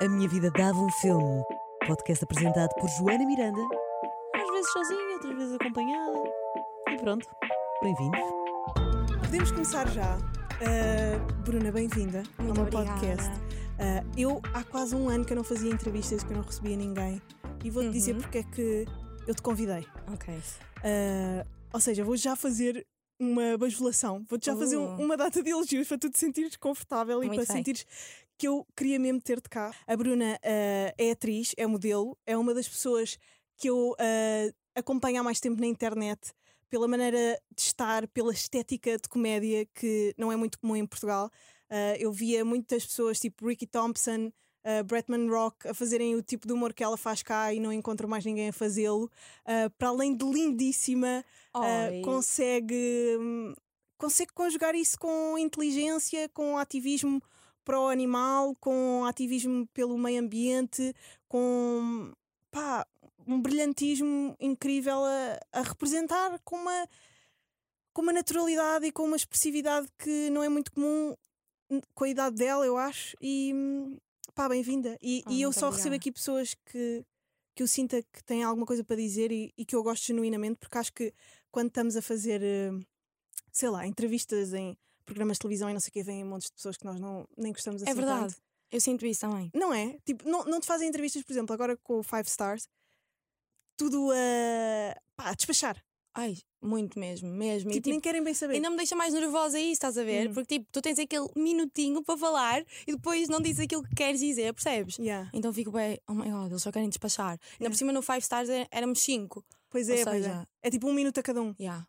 A Minha Vida Dava um Filme. Podcast apresentado por Joana Miranda. Às vezes sozinha, outras vezes acompanhada. E pronto. Bem-vindos. Podemos começar já. Uh, Bruna, bem-vinda ao meu obrigada. podcast. Uh, eu há quase um ano que eu não fazia entrevistas, que eu não recebia ninguém. E vou-te dizer porque é que eu te convidei. Ok. Uh, ou seja, vou já fazer uma bajulação. Vou-te já fazer um- Uh. uma data de elogios para tu te sentires confortável e Muito para bem. sentires que eu queria mesmo ter-te cá. A Bruna uh, é atriz, é modelo, é uma das pessoas que eu uh, acompanho há mais tempo na internet. Pela maneira de estar, pela estética de comédia que não é muito comum em Portugal. Uh, eu via muitas pessoas tipo Ricky Thompson, uh, Bretman Rock a fazerem o tipo de humor que ela faz cá e não encontro mais ninguém a fazê-lo. Uh, para além de lindíssima, uh, Oi. consegue, hum, consegue conjugar isso com inteligência, com ativismo para o animal, com ativismo pelo meio ambiente, com pá, um brilhantismo incrível a, a representar com uma, com uma naturalidade e com uma expressividade que não é muito comum n- com a idade dela, eu acho. E hum, pá, bem-vinda. E, Ah, e eu muito só recebo obrigada. aqui pessoas que, que eu sinta que têm alguma coisa para dizer e, e que eu gosto genuinamente, porque acho que quando estamos a fazer, hum, sei lá, entrevistas em programas de televisão e não sei o que, vêm montes de pessoas que nós não, nem gostamos assim É tanto. verdade. Eu sinto isso também. Não é? Tipo, não, não te fazem entrevistas, por exemplo, agora com o Five Stars, tudo a, pá, a despachar. Ai, muito mesmo, mesmo. Tipo, e, nem tipo, querem bem saber. ainda me deixa mais nervosa isso, estás a ver? Uhum. Porque tipo, tu tens aquele minutinho para falar e depois não dizes aquilo que queres dizer, percebes? Yeah. Então fico bem, oh my god, eles só querem despachar. Ainda por cima no Five Stars é- éramos cinco. Pois Ou é, pois é. seja- É tipo um minuto a cada um. Yeah.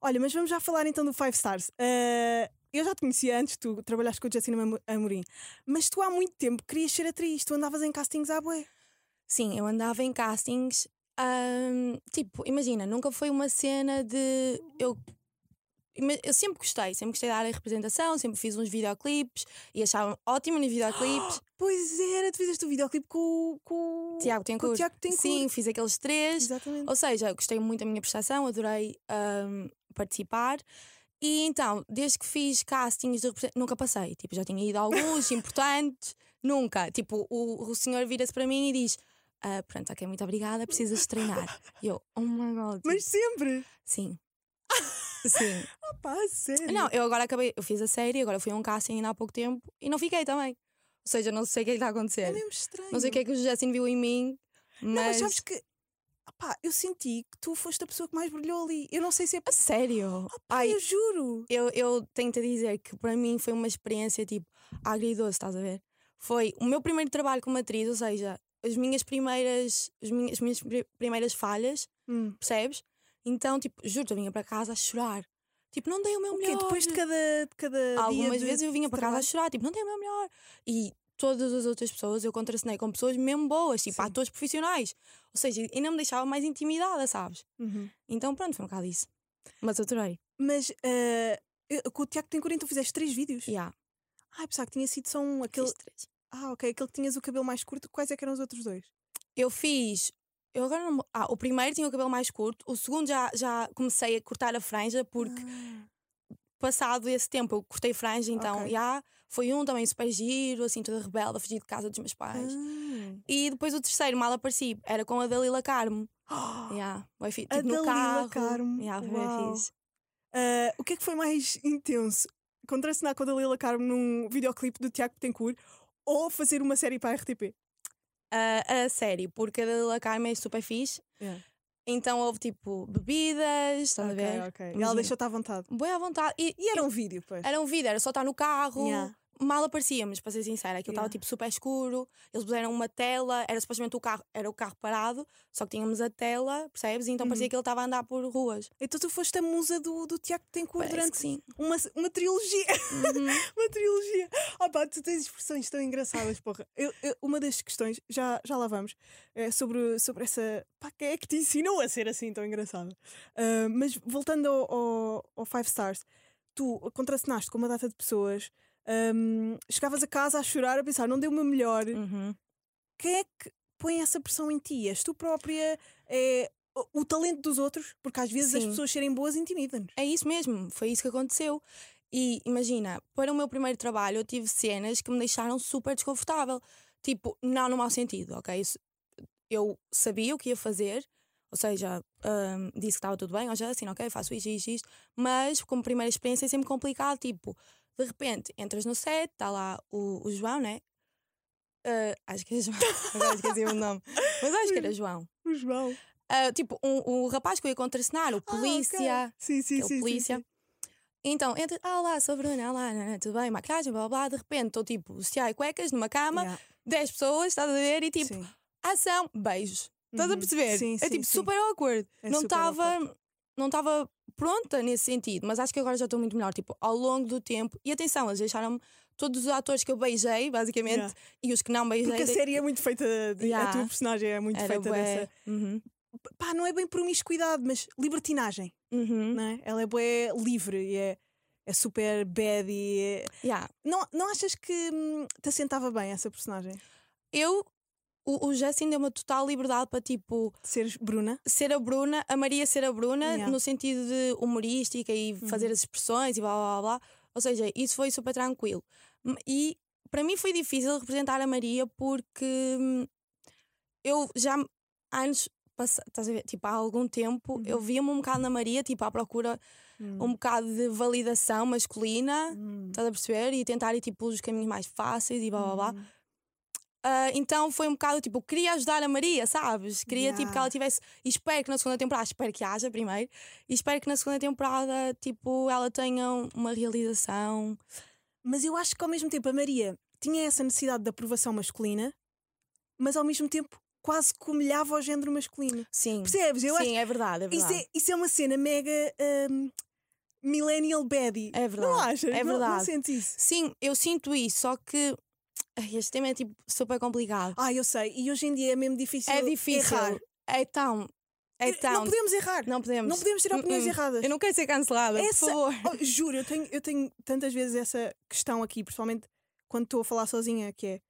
Olha, mas vamos já falar então do Five Stars. Ah, eu já te conhecia antes, tu trabalhaste com a Jacina Amo- Amorim, mas tu há muito tempo querias ser atriz, tu andavas em castings à bué. Sim, eu andava em castings. ahm, tipo, imagina, nunca foi uma cena de. Eu, ima- eu sempre gostei, sempre gostei da área de representação, sempre fiz uns videoclipes e achava ótimo nos videoclipes. Pois era, tu fizeste o videoclipe com, o- com, o- Tiago com o Tencourt. Tiago Tencourt. Sim, fiz aqueles três. Exatamente. Ou seja, gostei muito da minha prestação, adorei ahm, participar. E então, desde que fiz castings de represent- nunca passei. Tipo, já tinha ido a alguns importantes, nunca. Tipo, o, o senhor vira-se para mim e diz: "Ah, Pronto, ok, muito obrigada, precisas de treinar. E eu, oh my god. Mas sempre. Sim. Sim. Pá, sério. Não, eu agora acabei, eu fiz a série, agora fui a um casting ainda há pouco tempo e não fiquei também. Ou seja, não sei o que é que está a É acontecer. mesmo estranho. Não sei o que é que o Justin viu em mim. Mas, Não, mas sabes que. Pá, eu senti que tu foste a pessoa que mais brilhou ali. Eu não sei se é. a sério. Pá, Ai, eu juro. eu, eu tenho-te a dizer que para mim foi uma experiência tipo agridoce, estás a ver? Foi o meu primeiro trabalho como atriz, ou seja, as minhas primeiras, as minhas, as minhas pri- primeiras falhas, Hum. percebes? Então, tipo, juro, eu vinha para casa a chorar. Tipo, não dei o meu O quê? melhor. é Depois de cada, de cada dia Algumas de- vezes eu vinha de para casa a trabalho? chorar, tipo, não tem o meu melhor. E todas as outras pessoas eu contracenei com pessoas mesmo boas, tipo, Sim. atores profissionais. Ou seja, ainda me deixava mais intimidada, sabes? Uhum. Então, pronto, foi um bocado isso. Mas eu adorei. Mas ah, eu- com o Tiago tem 40, tu fizeste três vídeos. Yeah, Ah, pensava que tinha sido só um. Aquele... fiz três. Ah, ok, aquele que tinhas o cabelo mais curto. Quais é que eram os outros dois? Eu fiz. Eu agora não me- Ah, o primeiro tinha o cabelo mais curto, o segundo já, já comecei a cortar a franja, porque Ah, passado esse tempo eu cortei franja, então Ok. já foi um também super giro, assim, toda rebelde, a fugir de casa dos meus Ah. pais. E depois o terceiro, mal apareci, era com a Dalila Carmo. Ah. Yeah, bué fi- A tipo, no Dalila carro. Carmo, Yeah, foi bué uau. fixe. Ah, o que é que foi mais intenso? Contracenar com a Dalila Carmo num videoclipe do Tiago Tencourt ou fazer uma série para a RTP? Ah, a série, porque a Dalila Carmo é super fixe. Yeah. Então houve tipo bebidas, estás a ver? ok. Ela Imagina. deixou-te à vontade. Boa à vontade. E, E era um vídeo, pois. era um vídeo, era só estar no carro. Yeah. Mal aparecíamos, para ser sincera, aquilo estava Yeah. tipo super escuro, eles puseram uma tela, era supostamente o carro, era o carro parado, só que tínhamos a tela, percebes? Então Uhum. parecia que ele estava a andar por ruas. Então tu foste a musa do, do Tiago Tencourt Parece durante que sim. uma, uma trilogia. Uhum. uma trilogia. Ah pá, tu tens expressões tão engraçadas, porra. Eu- eu- uma das questões, já, já lá vamos, é sobre, sobre essa. Pá, quem é que te ensinou a ser assim tão engraçada? Ah, mas voltando ao, ao, ao Five Stars, tu contracenaste com uma data de pessoas, ahm, chegavas a casa a chorar, a pensar, não deu o meu melhor. Uhum. Quem é que põe essa pressão em ti? És tu própria? É o- o talento dos outros? Porque às vezes as Sim. pessoas serem boas intimidam-nos. É isso mesmo, foi isso que aconteceu. E imagina, para o meu primeiro trabalho eu tive cenas que me deixaram super desconfortável. Tipo, não no mau sentido, ok? Isso- Eu sabia o que ia fazer, ou seja, hum, disse que estava tudo bem, ou já assim, ok, faço isto, isto, isto, mas como primeira experiência é sempre complicado, tipo, de repente entras no set, está lá o, o João, né? Ah, acho que é João, agora esqueci o nome, mas acho que era João. O João. Ah, tipo, um, o rapaz que eu ia contracenar, o polícia Ah, Sim, sim, que é o sim. sim, polícia. sim. Então, entra, ah, olá, sou a Bruna, olá, não, não, tudo bem, maquiagem, blá blá, blá. de repente estou tipo, se há cuecas numa cama, Yeah, 10 pessoas, estás a ver, e tipo, sim. ação, beijos. Estás a Uhum. perceber? Sim, é sim, tipo sim. super awkward. É não super awkward. estava não estava pronta nesse sentido, mas acho que agora já estou muito melhor, tipo, ao longo do tempo. E atenção, eles deixaram-me todos os atores que eu beijei, basicamente, Yeah. e os que não beijei. Porque a de- série é muito feita. de- Yeah. A tua personagem é muito era feita bué. dessa. Uhum. Pá, não é bem promiscuidade, mas libertinagem. Uhum. Não é? Ela é bué livre e é, é super bad e é- Yeah. Não, não achas que hum, te assentava bem essa personagem? Eu, o, o Justin deu-me total liberdade para, tipo, De seres Bruna? ser a Bruna, a Maria ser a Bruna, Yeah. no sentido de humorística e fazer as expressões e blá blá blá. blá. Ou seja, isso foi super tranquilo. M- E para mim foi difícil representar a Maria porque hum, eu já m- há anos. passa- Estás a ver? Tipo, há algum tempo eu via-me um bocado na Maria, tipo, à procura um bocado de validação masculina, Uhum. estás a perceber? E tentar ir tipo pelos caminhos mais fáceis e blá blá blá. Ah, então foi um bocado tipo, queria ajudar a Maria, sabes? Queria tipo que Yeah. ela tivesse. E espero que na segunda temporada, espero que haja primeiro, e espero que na segunda temporada, tipo, ela tenha uma realização. Mas eu acho que ao mesmo tempo a Maria tinha essa necessidade de aprovação masculina, mas ao mesmo tempo quase que humilhava o género masculino. Sim. Percebes? Eu acho Sim, é verdade, é que isso verdade. é, isso é uma cena mega hum, millennial baddie. É verdade. Não achas? É Não- Não, verdade. sentes isso? Sim, eu sinto isso, só que ai, este tema é tipo super complicado. Ah, eu sei. E hoje em dia é mesmo difícil é difícil. errar. É tão. É tão. Não podemos errar. não podemos. Não podemos ter opiniões Mm-mm. erradas. Eu não quero ser cancelada, Essa- por favor. Oh, juro, eu tenho, eu tenho tantas vezes essa questão aqui, principalmente quando estou a falar sozinha, que é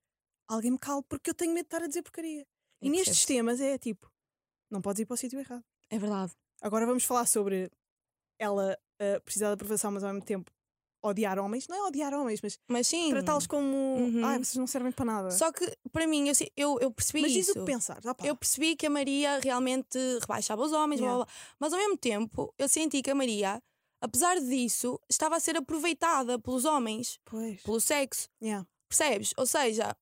alguém me cala porque eu tenho medo de estar a dizer porcaria. E Eu nestes percebo. temas é tipo, não podes ir para o sítio errado. É verdade. Agora vamos falar sobre ela ah, precisar de aprovação, mas ao mesmo tempo odiar homens. Não é odiar homens, mas Mas sim. tratá-los como Uhum. ai, vocês não servem para nada. Só que, para mim, eu, se- eu, eu percebi mas diz isso. o que pensar. opá. Eu percebi que a Maria realmente rebaixava os homens, blá, blá, Yeah. blá. mas ao mesmo tempo eu senti que a Maria, apesar disso, estava a ser aproveitada pelos homens, Pois. pelo sexo, Yeah. percebes? Ou seja,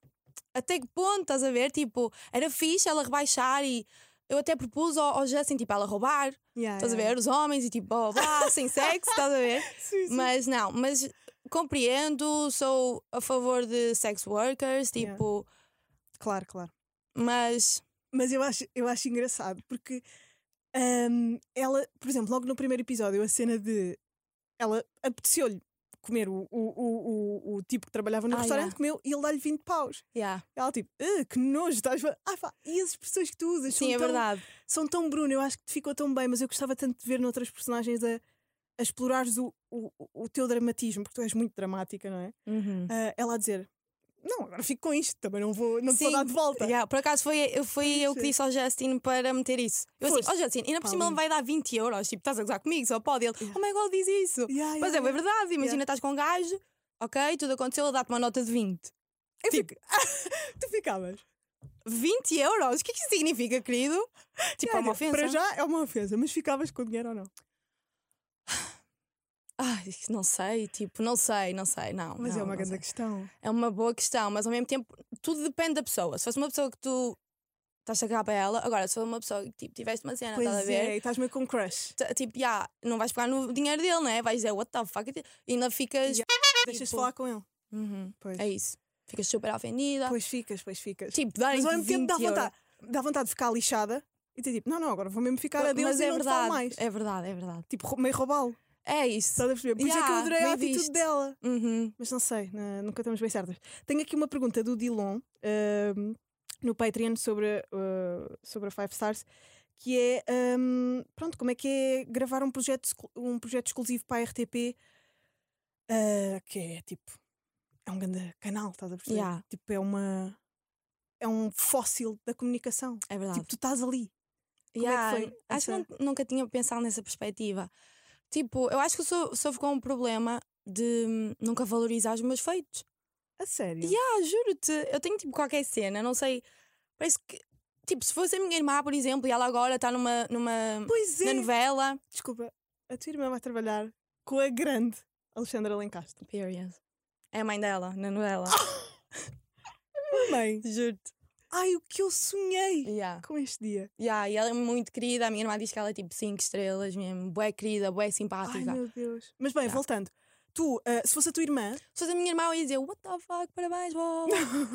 até que ponto estás a ver? Tipo, era fixe ela rebaixar e eu até propus ao, ao Justin, tipo, ela roubar, Yeah, estás a yeah. ver? Os homens e tipo, blá, blá, blá, sem sexo, estás a ver? É. Sim, sim. Mas não, mas compreendo, sou a favor de sex workers, Yeah. tipo, Claro, claro. mas. Mas eu acho, eu acho engraçado porque hum, ela, por exemplo, logo no primeiro episódio, a cena de ela apeteceu-lhe comer o, o, o, o, o tipo que trabalhava no Ah, restaurante, yeah. comeu e ele dá-lhe 20 paus. Yeah. Ela tipo, "Ah, que nojo, estás. a- Ah, pá, e as expressões que tu usas Sim, são, é tão, verdade. são tão Bruno, eu acho que te ficou tão bem, mas eu gostava tanto de ver noutras personagens a, a explorares o, o, o teu dramatismo, porque tu és muito dramática, não é? Uhum. Ah, ela a dizer, não, agora fico com isto, também não vou, não te vou Sim, dar de volta. Yeah, por acaso foi, eu- foi eu que Sim. disse ao Justin para meter isso. Eu assim, Foste. ó Justin, ainda por cima ele me vai Paulinho. dar 20 euros. Tipo, estás a gozar comigo, só pode. Ele, oh my god, diz isso. Yeah, Mas é, é yeah, yeah. verdade, imagina Yeah. estás com um gajo, ok, tudo aconteceu, ele dá-te uma nota de 20. Eu fico- tipo, Tipo, tu ficavas. 20 euros? O que é que isso significa, querido? Tipo, é uma Olha, ofensa. Para já é uma ofensa, mas ficavas com o dinheiro ou não? Ai, não sei, tipo, não sei, não sei, não. Mas é não, uma não grande sei. questão. É uma boa questão, mas ao mesmo tempo tudo depende da pessoa. Se fosse uma pessoa que tu estás a cagar para ela, agora se for uma pessoa que tipo, tiveste uma cena, estás a ver? é, e estás meio com crush. t- tipo, já, não vais pegar no dinheiro dele, não é? Vais dizer, what the fuck, e ainda ficas. Ya. Deixas de Tipo, falar com ele. Uhum, Pois. é isso. Ficas super ofendida. Pois ficas, pois tá. ficas. Tipo, dar mas ao mesmo tempo dá vontade, dá vontade de ficar lixada e ter tipo, não, não, agora vou mesmo ficar a Deus Mas e é não te verdade, falo mais. é verdade, é verdade. Tipo, rou- meio roubá-lo. É isso. Estás a perceber? Por isso é que eu Ya, adorei a bem atitude visto. dela. Uhum. Mas não sei, na- nunca estamos bem certas. Tenho aqui uma pergunta do Dilon ahm, no Patreon sobre, ah, sobre a Five Stars, que é ahm, pronto, como é que é gravar um projeto, exclu- um projeto exclusivo para a RTP, ah, que é tipo, é um grande canal, estás a perceber? Yeah. Tipo, é uma. É um fóssil da comunicação. É verdade. Tipo, tu estás ali. como é que Yeah, foi Acho que nun- nunca tinha pensado nessa perspectiva. Tipo, eu acho que eu sou- sofro com um problema de hum, nunca valorizar os meus feitos. A sério? Ah, juro-te, eu tenho tipo qualquer cena, não sei. Parece que. Tipo, se fosse a minha irmã, por exemplo, e ela agora está numa. numa Pois na é. novela. Desculpa, a tua irmã vai trabalhar com a grande Alexandra Lencastre. Period. É a mãe dela, na novela. Mãe, Juro-te. ai, o que eu sonhei Yeah. com este dia. Yeah, e ela é muito querida, a minha irmã diz que ela é tipo 5 estrelas mesmo, bué querida, bué Ai, simpática. meu Deus. Mas bem, Yeah. voltando. Tu, ah, se fosse a tua irmã, Se fosse a minha irmã, eu ia dizer what the fuck, parabéns, vó.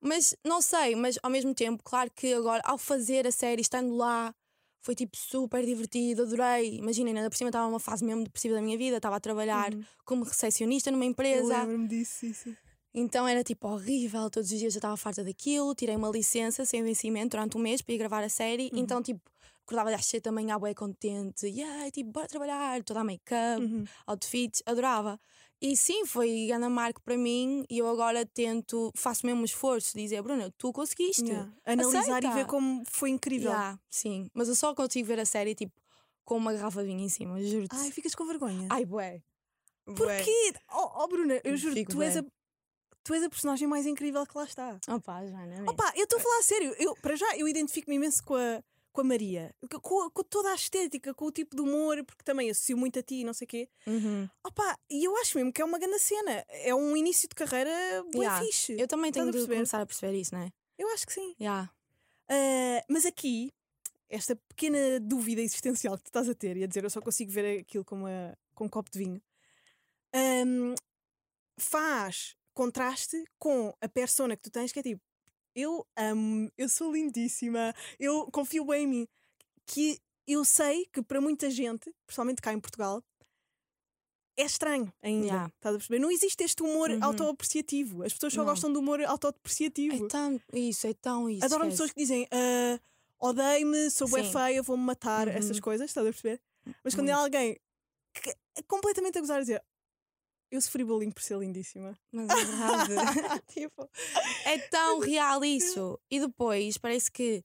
mas não sei, mas ao mesmo tempo, claro que agora, ao fazer a série, estando lá, foi tipo super divertido, adorei. Imaginem, ainda por cima estava numa fase mesmo depressiva da minha vida, estava a trabalhar Uhum. como recepcionista numa eu empresa. lembro-me disso, sim, sim. Então era tipo horrível, todos os dias eu estava farta daquilo, tirei uma licença sem vencimento durante um mês para ir gravar a série, Uhum. então tipo, acordava às 6 da manhã, bué contente, yeah, tipo, bora trabalhar, toda a make-up, Uhum. outfits, adorava. E sim, foi grande marco para mim e eu agora tento, faço mesmo um esforço de dizer, Bruna, tu conseguiste. Yeah. Analisar e ver é Aceita. como foi incrível. Yeah, sim, mas eu só consigo ver a série tipo com uma garrafa de vinho em cima, juro-te. Ai, ficas com vergonha. Ai, bué. Bué. Porquê? Oh, oh, Bruna, eu juro, Fico tu és, a, bué. tu és a personagem mais incrível que lá está. Opa, Joana, é? mesmo. Opa, eu estou a falar a sério. Eu, para já, eu identifico-me imenso com a, com a Maria. Com, a- com toda a estética, com o tipo de humor, porque também associo muito a ti e não sei o quê. Uhum. Opa, e eu acho mesmo que é uma grande cena. É um início de carreira bem Yeah. fixe. Eu também Estás tenho a de perceber? começar a perceber isso, não é? Eu acho que sim. Yeah. Ah, mas aqui, esta pequena dúvida existencial que tu estás a ter e a dizer eu só consigo ver aquilo com, uma, com um copo de vinho, ahm, faz contraste com a persona que tu tens, que é tipo, eu amo, eu sou lindíssima, eu confio bem em mim. Que eu sei que para muita gente, principalmente cá em Portugal, é estranho ainda. Yeah. Estás a perceber? Não existe este humor Uhum. autoapreciativo. As pessoas só Não. gostam do humor autodepreciativo. É tão isso, é tão isso. Tipo Adoram esquece. pessoas que dizem "Ah, odeio-me, sou bué Sim. feia, vou-me matar, Uhum. essas coisas, estás a perceber? Mas quando é Muito. alguém que é completamente a gozar a dizer eu sofri bullying por ser lindíssima. Mas é verdade. tipo, é tão real isso. E depois parece que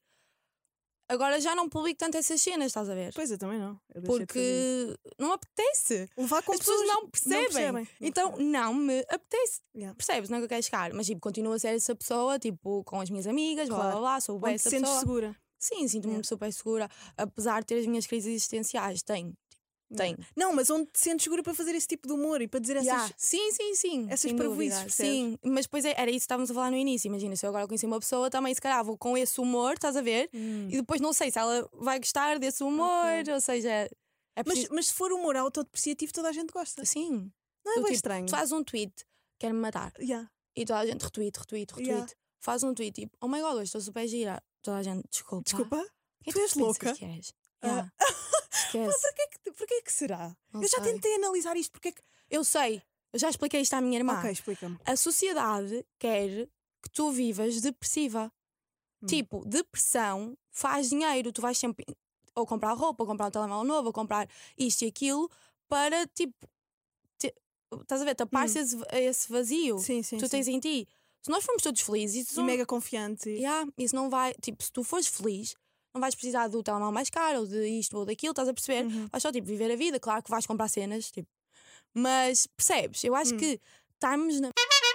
agora já não publico tanto essas cenas, estás a ver? Pois eu também não. Eu deixei de fazer Porque não me apetece. isso. levar com As pessoas não percebem. percebem, não então percebem. não me apetece. Yeah. Percebes? Não é que eu quero chegar. Mas tipo, continuo a ser essa pessoa, tipo, com as minhas amigas, blá Claro. blá blá, sou bem Onde te essa sentes pessoa. segura. Sim, sinto-me Yeah. super segura. Apesar de ter as minhas crises existenciais, tenho. tipo, Tenho. Não, mas onde te sentes segura para fazer esse tipo de humor e para dizer essas. Yeah. Sim, sim, sim. essas sem dúvida. parvoíces, percebes? Sim, mas pois é, era isso que estávamos a falar no início. Imagina, se eu agora conheci uma pessoa, também se calhar vou com esse humor, estás a ver? Hum. E depois não sei se ela vai gostar desse humor, ou seja, é Mas, preciso... mas se for humor autodepreciativo, toda a gente gosta. Sim, Não é do bem tipo, estranho. tu fazes um tweet, quero-me matar. Yeah. E toda a gente retweet, retweet, retweet. Yeah. Faz um tweet tipo, oh my god, hoje estou super gira. Toda a gente, desculpa. Desculpa, Quem tu és pensas louca? Que és? Ah. Yeah. Esquece. porquê que, porquê é que será? não eu já sei. tentei analisar isto, porque é que. Eu sei, eu já expliquei isto à minha irmã. Ok, explica-me. a sociedade quer que tu vivas depressiva. Hum. Tipo, depressão faz dinheiro, tu vais sempre ou comprar roupa, ou comprar um telemóvel novo, ou comprar isto e aquilo para tipo. te- estás a ver? Tapar-se esse, esse vazio Hum. Sim, sim. que tipo, tu sim. tens um em ti. Se nós formos todos felizes, isso e não, mega confiante. Yeah, isso não vai. Tipo, se tu fores feliz, não vais precisar do telemóvel mais caro, ou de isto ou daquilo, estás a perceber? Uhum. Vais só tipo viver a vida, claro que vais comprar cenas, tipo. Mas percebes? Eu Hum. acho que estarmos na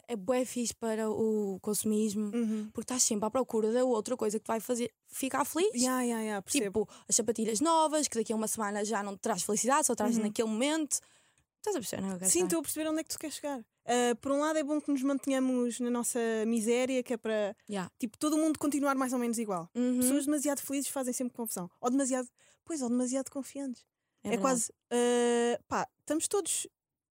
é bué fixe para o consumismo, Uhum. porque estás sempre à procura da outra coisa que te vai fazer ficar feliz. Yeah, yeah, yeah, percebo. Tipo, as sapatilhas novas, que daqui a uma semana já não te traz felicidade, só traz Uhum. naquele momento. Estás a perceber? Não, é o que eu Sim, quero estou a perceber onde é que tu queres chegar. Ah, por um lado, é bom que nos mantenhamos na nossa miséria, que é para Yeah. tipo, todo mundo continuar mais ou menos igual. dizer. Uhum. Pessoas demasiado felizes fazem sempre confusão. Ou demasiado. Pois, ou demasiado confiantes. É, verdade. quase. ah, pá, estamos todos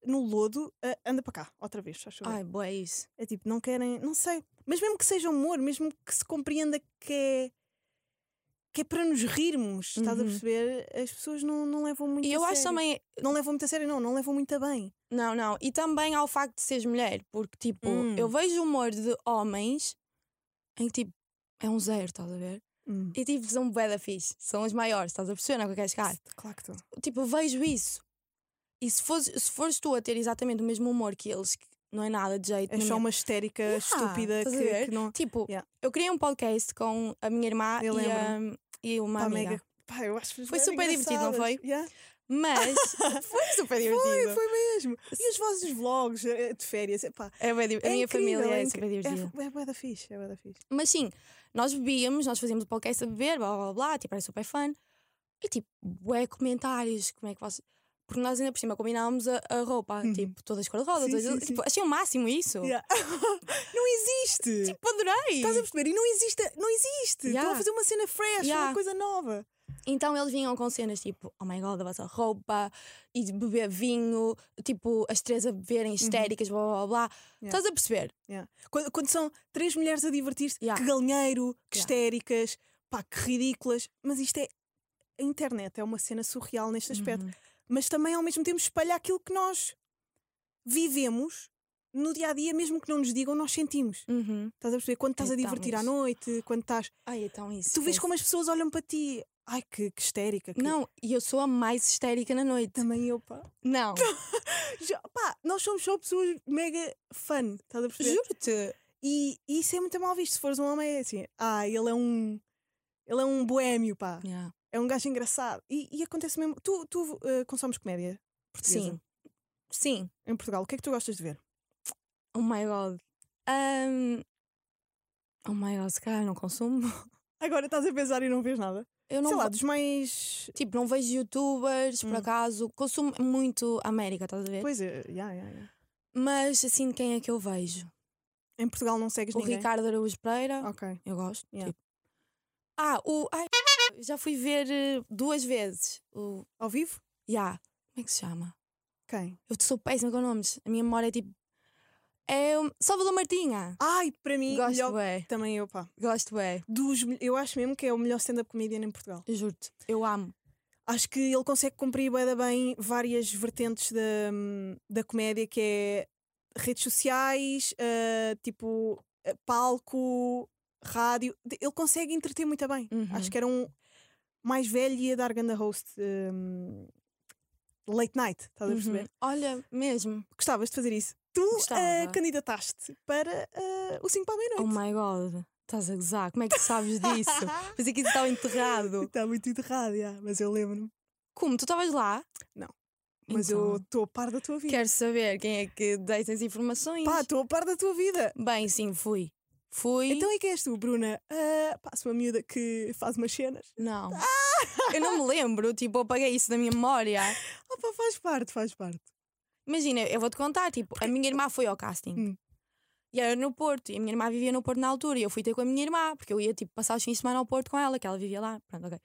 no lodo, ah, anda para cá, outra vez, faz favor. Ai, bué isso. É tipo, não querem, não sei. Mas mesmo que seja humor, mesmo que se compreenda que é, que é para nos rirmos, estás a Uhum. perceber? As pessoas não, não levam muito E eu a acho sério. também Não levam muito a sério, não, não levam muito a bem. Não, não. E também ao facto de seres mulher, porque tipo, Hum. eu vejo humor de homens em que tipo, é um zero, estás a ver? E tipo, são bué da fixe, são os maiores, estás a perceber? Não é o que eu quero chegar. Claro que estão. Tipo, eu vejo isso. E se fores, se fores tu a ter exatamente o mesmo humor que eles, que não é nada de jeito. É na só minha- uma histérica estúpida estás a que, ver? que não. Tipo, Yeah. eu criei um podcast com a minha irmã Eu e, a, e uma Pá, amiga. mega. Pá, eu acho Foi super divertido, não foi? Yeah. Mas foi super Foi, divertido. foi mesmo. E os vossos vlogs eh, de férias? Epá, É bué di- a é minha incrível, família é, inc- super divertida. É, é bué da fixe, é bué da fixe. Mas sim, nós bebíamos, nós fazíamos o podcast a beber, blá blá blá, tipo, era super fã. E tipo, bué comentários, como é que vocês. Porque nós ainda por cima combinámos a, a roupa, Uhum. tipo, todas cor-de-rosa, Sim, todas- sim, tipo, achei o máximo isso. Yeah. não existe! Tipo, adorei! Estás a perceber? E não existe, não existe! Yeah. Estão a fazer uma cena fresh, Yeah. uma coisa nova. Então eles vinham com cenas tipo, oh my god, a vossa roupa, e de beber vinho, tipo, as três a beberem histéricas, blá blá blá. Uhum. Yeah. Estás a perceber? Yeah. Quando, quando são três mulheres a divertir-se, Yeah. que galinheiro, que Yeah. histéricas, pá, que ridículas. Mas isto é. A internet é uma cena surreal neste aspecto. Uhum. Mas também, ao mesmo tempo, espalha aquilo que nós vivemos no dia a dia, mesmo que não nos digam, nós sentimos. Uhum. Estás a perceber? Quando estás a Então, divertir à isso. noite, quando estás. Ai, então isso. Tu vês foi- como as pessoas olham para ti. Ai, que, que histérica. é assim que- Não, e eu sou a mais histérica na noite. Também eu, pá. Não, Já- pá, nós somos só pessoas mega fã, estás a perceber? juro-te. E, e isso é muito mal visto. Se fores um homem, é assim, ah, ele é um. Ele é um boémio, pá. Yeah. É um gajo engraçado. E, e acontece mesmo. Tu, tu eh, consomes comédia portuguesa Sim. Sim. em Portugal. O que é que tu gostas de ver? Oh my god. Ahm, Oh my god, se calhar não consumo. Agora estás a pensar e não vês nada. Eu não Sei lá, ve- dos mais. Tipo, não vejo youtubers, Hum. por acaso. Consumo muito América, estás a ver? Pois é, yeah, yeah, yeah. Mas assim, quem é que eu vejo? Em Portugal não segues O ninguém. Ricardo Araújo Pereira. Ok. Eu gosto. Yeah. tipo. Ah, o. Ai, já fui ver eh, duas vezes. O. Ao vivo? Yeah. Como é que se chama? Quem? Eu sou péssima com nomes. A minha memória é tipo. É o Salvador Martinha. Ai, para mim, gosto, melhor- é. Também eu, pá. Gosto, é. Dos, mel- eu acho mesmo que é o melhor stand-up comedian em Portugal. Juro-te. Eu amo. acho que ele consegue cumprir bué da bem várias vertentes da, da comédia, que é redes sociais, ah, tipo ah, palco, rádio. De- Ele consegue entreter muito bem. Uhum. Acho que era um mais velho e ia dar ganda host hum, late night, estás a perceber? Uhum. Olha, mesmo. Gostavas de fazer isso. Tu ah, Gostava. candidataste para ah, o 5 para a Oh meia-noite. my god. Estás a gozar. Como é que tu sabes disso? Pensei que isso estava enterrado. Está muito errado, já, mas eu lembro-me. Como? Tu estavas lá? Não. Mas eu Então, estou a par da tua vida. Quero saber quem é que dá essas informações. Pá, estou a par da tua vida. Bem, sim, fui. Fui. Então e quem és tu, Bruna? Ah, pá, sou uma miúda que faz umas cenas. Não. Eu não me lembro, tipo, eu apaguei isso da minha memória. Ah, pá, faz parte, faz parte. Imagina, eu vou-te contar, tipo, a minha irmã foi ao casting. Hum. E era no Porto, e a minha irmã vivia no Porto na altura, e eu fui ter com a minha irmã, porque eu ia, tipo, passar os fins de semana ao Porto com ela, que ela vivia lá. Pronto, ok.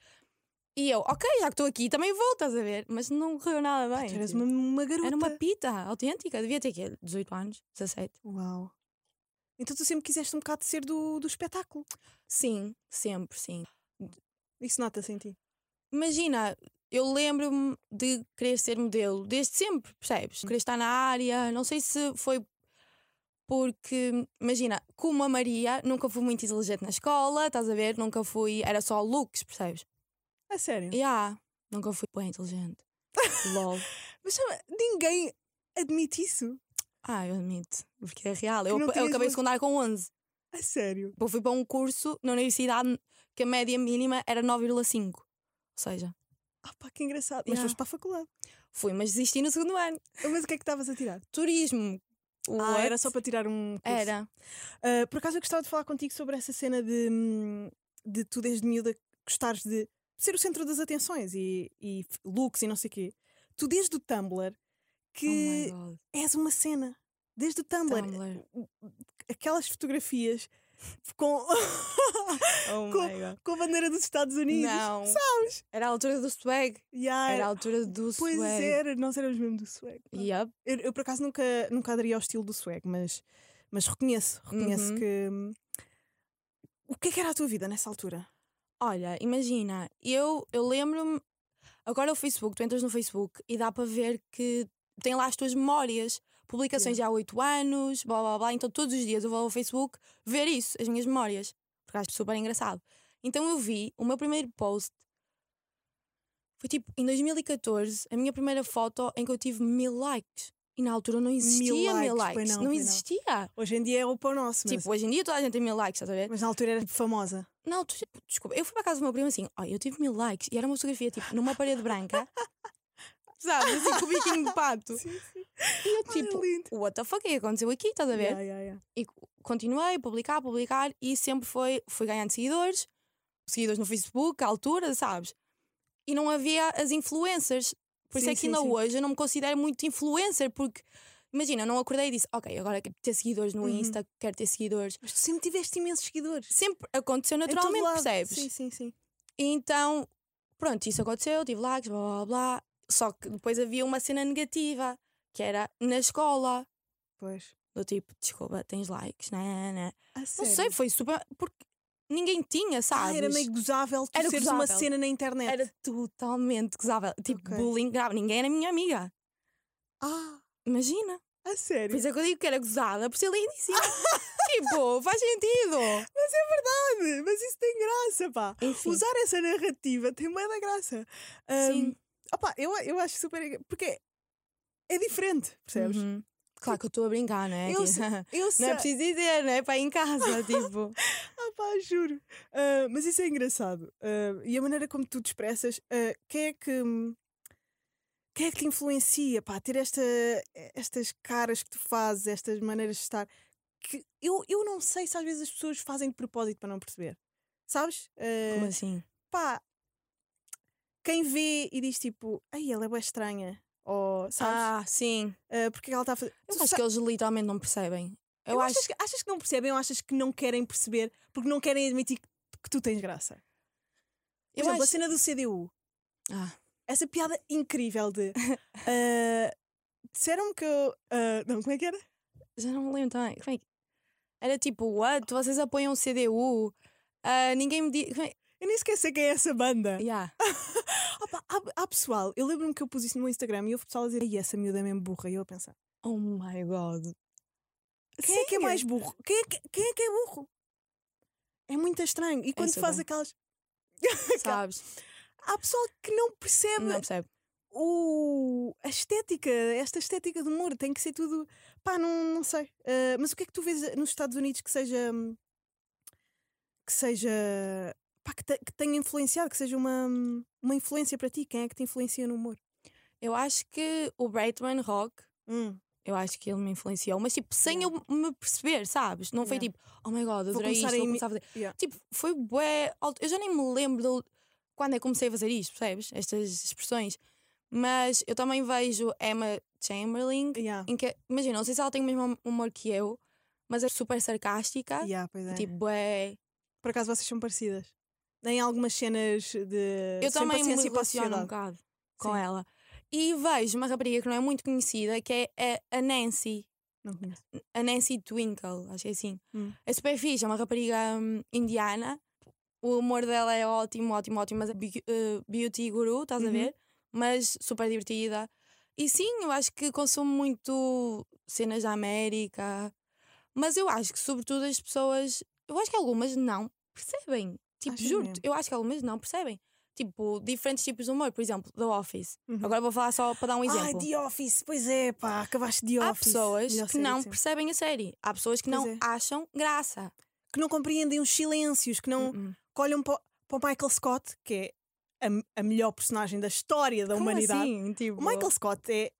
E eu, ok, já que estou aqui, também vou, estás a ver? Mas não correu nada bem. tu eras tipo. uma, uma garota. Era uma pita autêntica, devia ter quê? 18 anos, 17. Uau. Então tu sempre quiseste um bocado ser do, do espetáculo. Sim, sempre, sim. Isso nota-se em ti. imagina, eu lembro-me de querer ser modelo desde sempre, percebes? Querer estar na área, não sei se foi porque, imagina, como a Maria, nunca fui muito inteligente na escola, estás a ver? Nunca fui, era só looks, percebes? A sério. Yeah, nunca fui bem inteligente. LOL. Mas sabe, ninguém admite isso. Ah, eu admito, porque é real. Eu, não eu tinhas acabei uma- o secundário com 11. A sério. Eu fui para um curso na universidade que a média mínima era 9,5. Ou seja, Ah, pá, que engraçado. Mas Yeah. foste para a faculdade. fui, mas desisti no segundo ano. Mas o que é que estavas a tirar? Turismo. Ah, What? era só para tirar um curso. Era. Ah, por acaso eu gostava de falar contigo sobre essa cena de, hum, de tu desde miúda gostares de ser o centro das atenções e, e f- looks e não sei o quê. Tu desde o Tumblr que Oh my God. és uma cena. Desde o Tumblr. Tumblr. o- o- Aquelas fotografias com, Oh com, com a bandeira dos Estados Unidos. Não. Sabes? Era a altura do swag. Yeah, Era a altura do pois é. swag. era, nós éramos mesmo do swag. pá. Yup. Eu, eu, por acaso nunca, nunca aderi ao estilo do swag, mas, mas reconheço, reconheço Uhum. que. hum, O que é que era a tua vida nessa altura? Olha, imagina, eu, eu lembro-me. Agora é o Facebook, tu entras no Facebook e dá para ver que tem lá as tuas memórias, publicações já há 8 anos, blá blá blá. Então todos os dias eu vou ao Facebook ver isso, as minhas memórias, porque acho super engraçado. Então eu vi o meu primeiro post. Foi tipo em 2014, a minha primeira foto em que eu tive mil likes. E na altura não existia mil likes. likes, pois não, não pois não. existia. Hoje em dia é o pão nosso, mas, Tipo, hoje em dia toda a gente tem mil likes, estás a ver? mas na altura era famosa. Não, tu, desculpa, eu fui para casa do meu primo assim, olha, eu tive mil likes e era uma fotografia tipo numa parede tipo, branca sabes? Assim com o biquinho de pato. Sim, sim. E eu Ai, tipo, lindo. what the fuck é que aconteceu aqui? Estás a ver? Yeah, yeah, yeah. E co- continuei a publicar, publicar e sempre foi, fui ganhando seguidores, seguidores no Facebook, à altura, sabes? E não havia as influencers. Por isso Sim, é que sim, ainda sim. hoje eu não me considero muito influencer, porque imagina, eu não acordei e disse, ok, agora quero ter seguidores no Uhum. Insta, quero ter seguidores. Mas tu sempre tiveste imensos seguidores. Sempre aconteceu Em todo naturalmente, lado. percebes? Sim, sim, sim. E então, pronto, isso aconteceu, tive likes, blá blá blá. Só que depois havia uma cena negativa, que era na escola. Pois. Do tipo, desculpa, tens likes, né? né. Não Não sei, foi super. Porque ninguém tinha, sabes? Ah, era meio gozável tu Era seres uma gozável. cena na internet. Era totalmente gozável. Tipo, Ok. bullying grave. Ninguém era minha amiga. Ah, Imagina. a Por sério? isso é que eu digo que era gozada por ser lindíssima. tipo, faz sentido. Sabe, é Mas isso tem graça, pá. Enfim. Usar essa narrativa tem muita graça. Ahm, Sim. opá, eu, eu acho super. Porque é- é diferente, percebes? Uhum. Claro que eu estou a brincar, não é? Eu Tipo, sei- Eu sei. não é preciso dizer, não é? Para ir em casa, tipo. Ah, pá, juro. Ah, mas isso é engraçado. Ah, e a maneira como tu te expressas, ah, quem é que. Quem é que te influencia, pá, a ter esta, estas caras que tu fazes, estas maneiras de estar? Que eu, eu não sei se às vezes as pessoas fazem de propósito para não perceber. Sabes? Ah, Como assim? pá, quem vê e diz tipo, ai, ela é bué estranha. Ou, sabes? Ah, sim. Ah, porque é que ela está a fazer. Eu Tu acho sa- que eles literalmente não percebem. Eu, acho. achas, que, achas que não percebem ou achas que não querem perceber porque não querem admitir que, que tu tens graça? Por Eu exemplo, a acho- cena do CDU. Ah. Essa piada incrível de. ah, disseram-me que eu. ah, não, como é que era? Já não me lembro também. Como é que- Era tipo, what? Vocês apoiam o CDU? Ah, ninguém me diz. Como é- Eu nem esqueci quem é essa banda. Yeah. Opa, há, há pessoal, eu lembro-me que eu pus isso no meu Instagram e houve pessoal a dizer: ai, essa miúda é mesmo burra. E eu a pensar: Oh my god. quem é que é Sério? mais burro? Quem é que, quem é, que é burro? É muito estranho. E quando sei faz bem. aquelas. Sabes? Há pessoal que não percebe Não percebe. o... a estética, esta estética do humor. Tem que ser tudo. Pá, não, não sei. Ah, mas o que é que tu vês nos Estados Unidos que seja. hum, que seja. pá, que, te- que tenha influenciado, que seja uma, hum, uma influência para ti? Quem é que te influencia no humor? Eu acho que o Brightman Rock, Hum, eu acho que ele me influenciou, mas tipo, sem Yeah. eu me perceber, sabes? Não foi Yeah. tipo, oh my god, Vou adorei isto, começar a vou imi- começar a fazer. Yeah. Tipo, foi bué. alto. Eu já nem me lembro de quando é que comecei a fazer isto, percebes? Estas expressões. Mas eu também vejo Emma Chamberlain, yeah. em que, imagina, não sei se ela tem o mesmo hum-, humor que eu, mas é super sarcástica. Yeah, pois é. Tipo, é. Por acaso vocês são parecidas? Em algumas cenas de. Eu sem também me paciência para a relaciono um sociedade. bocado com é Sim. ela. E vejo uma rapariga que não é muito conhecida, que é a, a Nancy. Não conheço. A Nancy Twinkle, acho que é assim. Hum. É super fixe, é uma rapariga hum, indiana. O humor dela é ótimo, ótimo, ótimo. Mas é beau- eh, beauty guru, estás a Uhum. ver? Mas super divertida. E sim, eu acho que consumo muito cenas da América. Mas eu acho que, sobretudo, as pessoas. Eu acho que algumas não percebem. Tipo, Achas juro mesmo? eu acho que algumas não percebem. Tipo, diferentes tipos de humor. Por exemplo, The Office. Uhum. Agora vou falar só para dar um exemplo. Ai, The Office, pois é, pá, acabaste de Há Office. pessoas Melhor que série de não sempre. percebem a série. Há pessoas que Pois não é. acham graça. que não compreendem os silêncios, que não. Mm-mm. que olham para, o Michael Scott, que é a, a melhor personagem da história da Como humanidade. assim? Tipo, O Michael Scott é,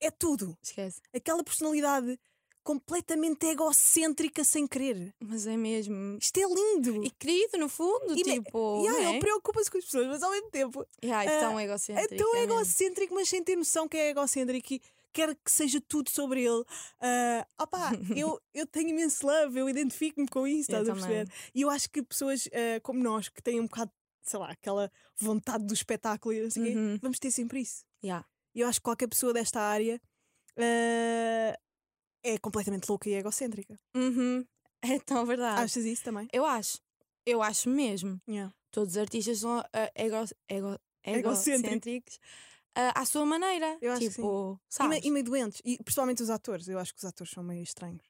é tudo. Esquece. Aquela personalidade completamente egocêntrica sem querer. Mas é mesmo. Isto é lindo. E querido, no fundo, E me- tipo. e ai, não ele preocupa-se com as pessoas, mas ao mesmo tempo é? Ai, Ah, tão né? é egocêntrico. tão mesmo. egocêntrico, mas sem ter noção que é egocêntrico e quer que seja tudo sobre ele. Ah, opá, eu, eu tenho imenso love, eu identifico-me com isso, Eu estás a perceber? E eu acho que pessoas ah, como nós, que têm um bocado, sei lá, aquela vontade do espetáculo e não sei o quê, Uhum. vamos ter sempre isso. Yeah. E eu acho que qualquer pessoa desta área ah, é completamente louca e egocêntrica. Uhum. É tão verdade. Achas isso também? Eu acho. Eu acho mesmo. Yeah. Todos os artistas são ah, ego... Ego... Egocêntricos. egocêntricos ah, à sua maneira. Eu acho que tipo, E, me- sabes? e meio doentes. E principalmente os atores. Eu acho que os atores são meio estranhos.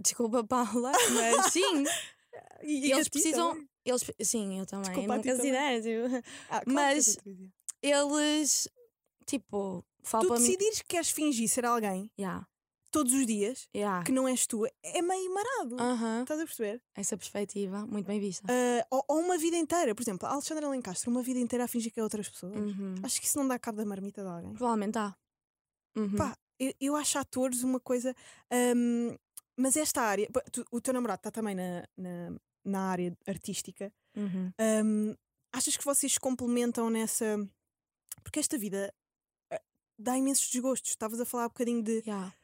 Desculpa, Paula, mas sim. E, eles precisam. Eles... Sim, eu também. Desculpa, a ti nunca considero. tipo, ah, mas- mas Eles. Tipo, falam tu para mim. decidires que queres fingir ser alguém, Yeah. todos os dias Yeah. que não és tu é meio marado. Aham. Estás a perceber? Essa perspectiva, muito bem vista. Ah, ou, ou uma vida inteira, por exemplo, a Alexandra Lencastro, uma vida inteira a fingir que é outras pessoas. Uhum. Acho que isso não dá cabo da marmita de alguém. Provavelmente há. Uhum. Pá, eu, eu acho atores uma coisa. hum, mas esta área. pá, tu- o teu namorado está também na, na, na área artística. Uhum. Hum, achas que vocês se complementam nessa. Porque esta vida eh, dá imensos desgostos. Estavas a falar um bocadinho de Yeah.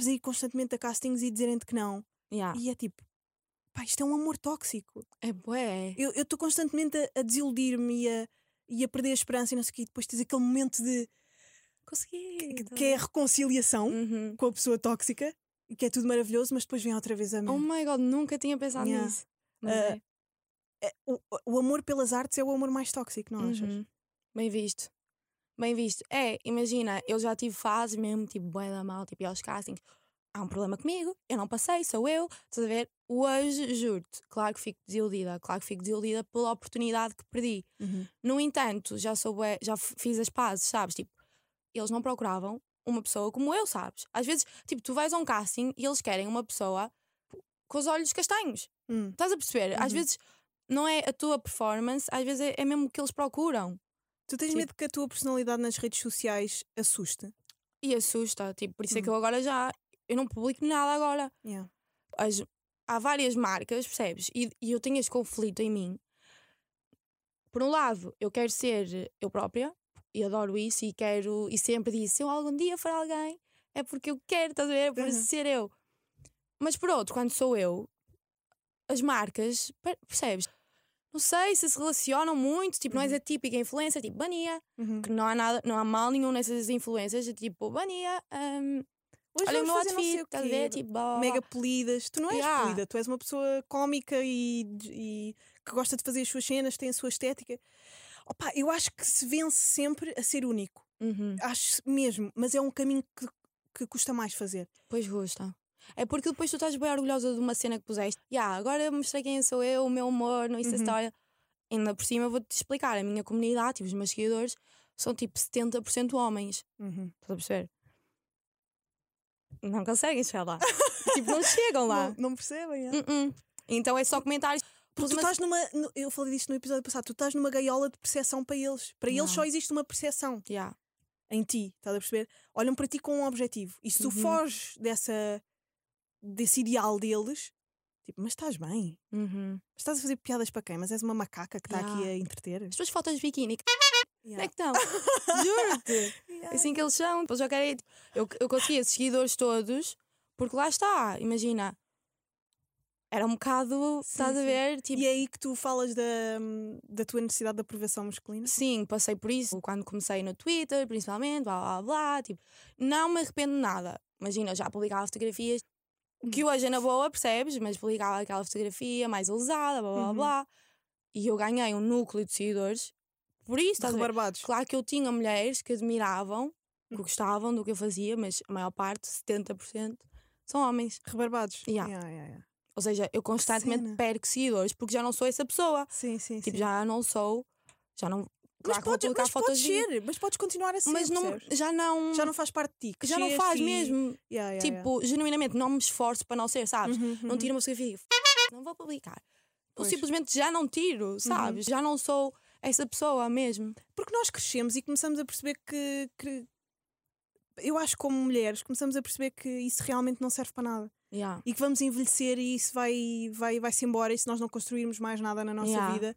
estares aí constantemente a castings e dizerem-te que não. Yeah. E é tipo. Pá, isto é um amor tóxico. É bué. Eu estou constantemente a, a desiludir-me e a, e a perder a esperança e não sei o quê. E depois tens aquele momento de. Consegui. que- que é a reconciliação Uhum. com a pessoa tóxica e que é tudo maravilhoso, mas depois vem outra vez a Oh mão. my god, nunca tinha pensado Hum. Yeah. nisso. Mas Ah, é. O, o amor pelas artes é o amor mais tóxico, não achas? Uhum. Bem visto. Bem visto. É, imagina, eu já tive fases mesmo, tipo, bué da mal, tipo, ir aos castings. Há um problema comigo, eu não passei, sou eu. Estás a ver? Hoje, juro-te, claro que fico desiludida. Claro que fico desiludida pela oportunidade que perdi. No entanto, já sou bué- já f- fiz as pazes, sabes? Tipo, eles não procuravam uma pessoa como eu, sabes? Às vezes, tipo, tu vais a um casting e eles querem uma pessoa com os olhos castanhos. Hum. Estás a perceber? Às Uhum. vezes não é a tua performance, às vezes é, é mesmo o que eles procuram. Tu tens Sim. medo que a tua personalidade nas redes sociais assuste? E assusta, tipo, por isso é que eu agora já eu não publico nada agora. Yeah. As- há várias marcas, percebes? E, e eu tenho este conflito em mim. Por um lado, eu quero ser eu própria e adoro isso e quero e sempre disse, se eu algum dia for alguém, é porque eu quero, estás a ver? É por Uhum. ser eu. Mas por outro, quando sou eu, as marcas, per- percebes? Não sei se se relacionam muito, tipo, não és a típica influencer, tipo, bania, Uhum. que não há nada, não há mal nenhum nessas influências, é tipo, bania, hum, Hoje olha o vamos meu fazer não outfit, sei o estás a quê, ver? Tipo, blá, blá, blá. Mega polidas. Tu não és Yeah. polida, tu és uma pessoa cómica e, e que gosta de fazer as suas cenas, tem a sua estética. Opa, eu acho que se vence sempre a ser único. Uhum. Acho mesmo, mas é um caminho que, que custa mais fazer. Pois gosta. É porque depois tu estás bem orgulhosa de uma cena que puseste. Ya, agora eu mostrei quem sou eu, o meu humor, não isso Uhum. história. Ainda por cima vou-te explicar. A minha comunidade, tipo, os meus seguidores, são tipo 70% homens. Uhum. Estás a perceber? Não conseguem chegar lá. tipo, não chegam lá. Não, não percebem? é? Uh-uh. Então é só comentários. Porque Pus tu uma- estás numa. no- Eu falei disto no episódio passado. Tu estás numa gaiola de percepção para eles. Para eles só Não. existe uma percepção Ya, em ti, estás a perceber? Olham para ti com um objetivo. E se tu Uhum. foges dessa, desse ideal deles, tipo, mas estás bem? uhum. Mas Estás a fazer piadas para quem? Mas és uma macaca que está aqui Ya. a entreter? As tuas fotos de biquíni, como é Yeah. Tipo que estão? Juro-te. É Yeah. assim que eles são. Depois eu quero ir- tipo, Eu, eu consegui esses seguidores todos, porque lá está, imagina. Era um bocado, Sim, estás a sim. ver? Tipo, E é aí que tu falas da, da tua necessidade de aprovação masculina? sim, passei por isso quando comecei no Twitter, principalmente, blá blá blá. Tipo, não me arrependo de nada. Imagina, eu já publicava fotografias que Hum. hoje é na boa, percebes? Mas publicava aquela fotografia mais ousada, blá blá Uhum. blá. E eu ganhei um núcleo de seguidores por isso, De estás a ver? rebarbados. Claro que eu tinha mulheres que admiravam, Uhum. que gostavam do que eu fazia, mas a maior parte, 70%, são homens. Rebarbados. Yeah. Yeah, yeah, yeah. Ou seja, eu constantemente cena. perco seguidores porque já não sou essa pessoa. Sim, sim, Tipo, sim. já não sou. Já não. Mas claro que vou podes, colocar mas podes de mim, ser, mas podes continuar a ser. Mas não, percebes? já não. já não faz parte de ti. já não cresceste faz e- mesmo. Yeah, yeah, yeah. tipo, genuinamente, não me esforço para não ser, sabes? Uhum, Não uhum. tiro uma fotografia e digo, não vou publicar. Ou Pois. Uhum. simplesmente já não tiro, sabes? Já não sou essa pessoa mesmo. Porque nós crescemos e começamos a perceber que, que- Eu acho que como mulheres, começamos a perceber que isso realmente não serve para nada. Yeah. E que vamos envelhecer e isso vai, vai, vai-se embora. E se nós não construirmos mais nada na nossa Yeah. vida,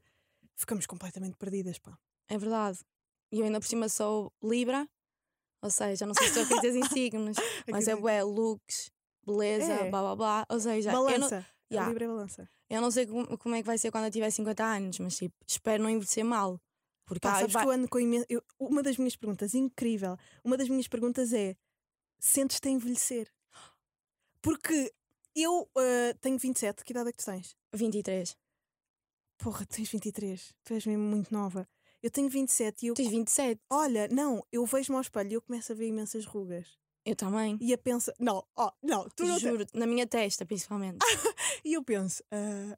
ficamos completamente perdidas, pá. É verdade. E eu ainda por cima sou Libra, ou seja, não sei se estou a querer dizer em signos, mas é Acredito. bué, looks, beleza, É. blá blá blá. Ou seja, eu não, Balança. Yeah. A Libra é balança. eu não sei como, como é que vai ser quando eu tiver 50 anos, mas tipo, espero não envelhecer mal. Porque Pá, há- sabes vai- que eu ando com imen- eu- Uma das minhas perguntas, incrível, uma das minhas perguntas é: sentes-te a envelhecer? Porque eu ah, tenho 27, que idade é que tu tens? 23. Porra, tu tens 23. Tu és mesmo muito nova. Eu tenho 27 e eu. Tens 27. Olha, não, eu vejo-me ao espelho e eu começo a ver imensas rugas. Eu também. E a pensa. Não, ó, não, tu não. te- Ah! Juro, na minha testa, principalmente. E eu penso, ah,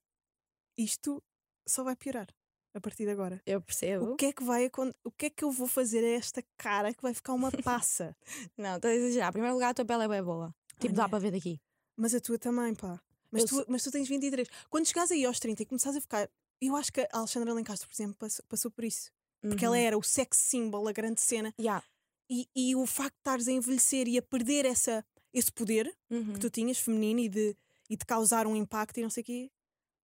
isto só vai piorar a partir de agora. Eu O percebo. que é que vai acon- O que é que eu vou fazer a esta cara que vai ficar uma passa? Não, estou a exagerar. Em primeiro lugar, a tua pele é bem boa. Tipo, dá para ver daqui. Mas a tua também, pá. Mas Eu tu, mas tu tens 23. Quando chegares aí aos 30 e começares a ficar. Eu acho que a Alexandra Lencastre, por exemplo, passou, passou por isso. Porque ela é Uhum. era o sex symbol, a grande cena. Yeah. E, e o facto de estares a envelhecer e a perder essa, esse poder Uhum. que tu tinhas feminino e de, e de causar um impacto e não sei o quê.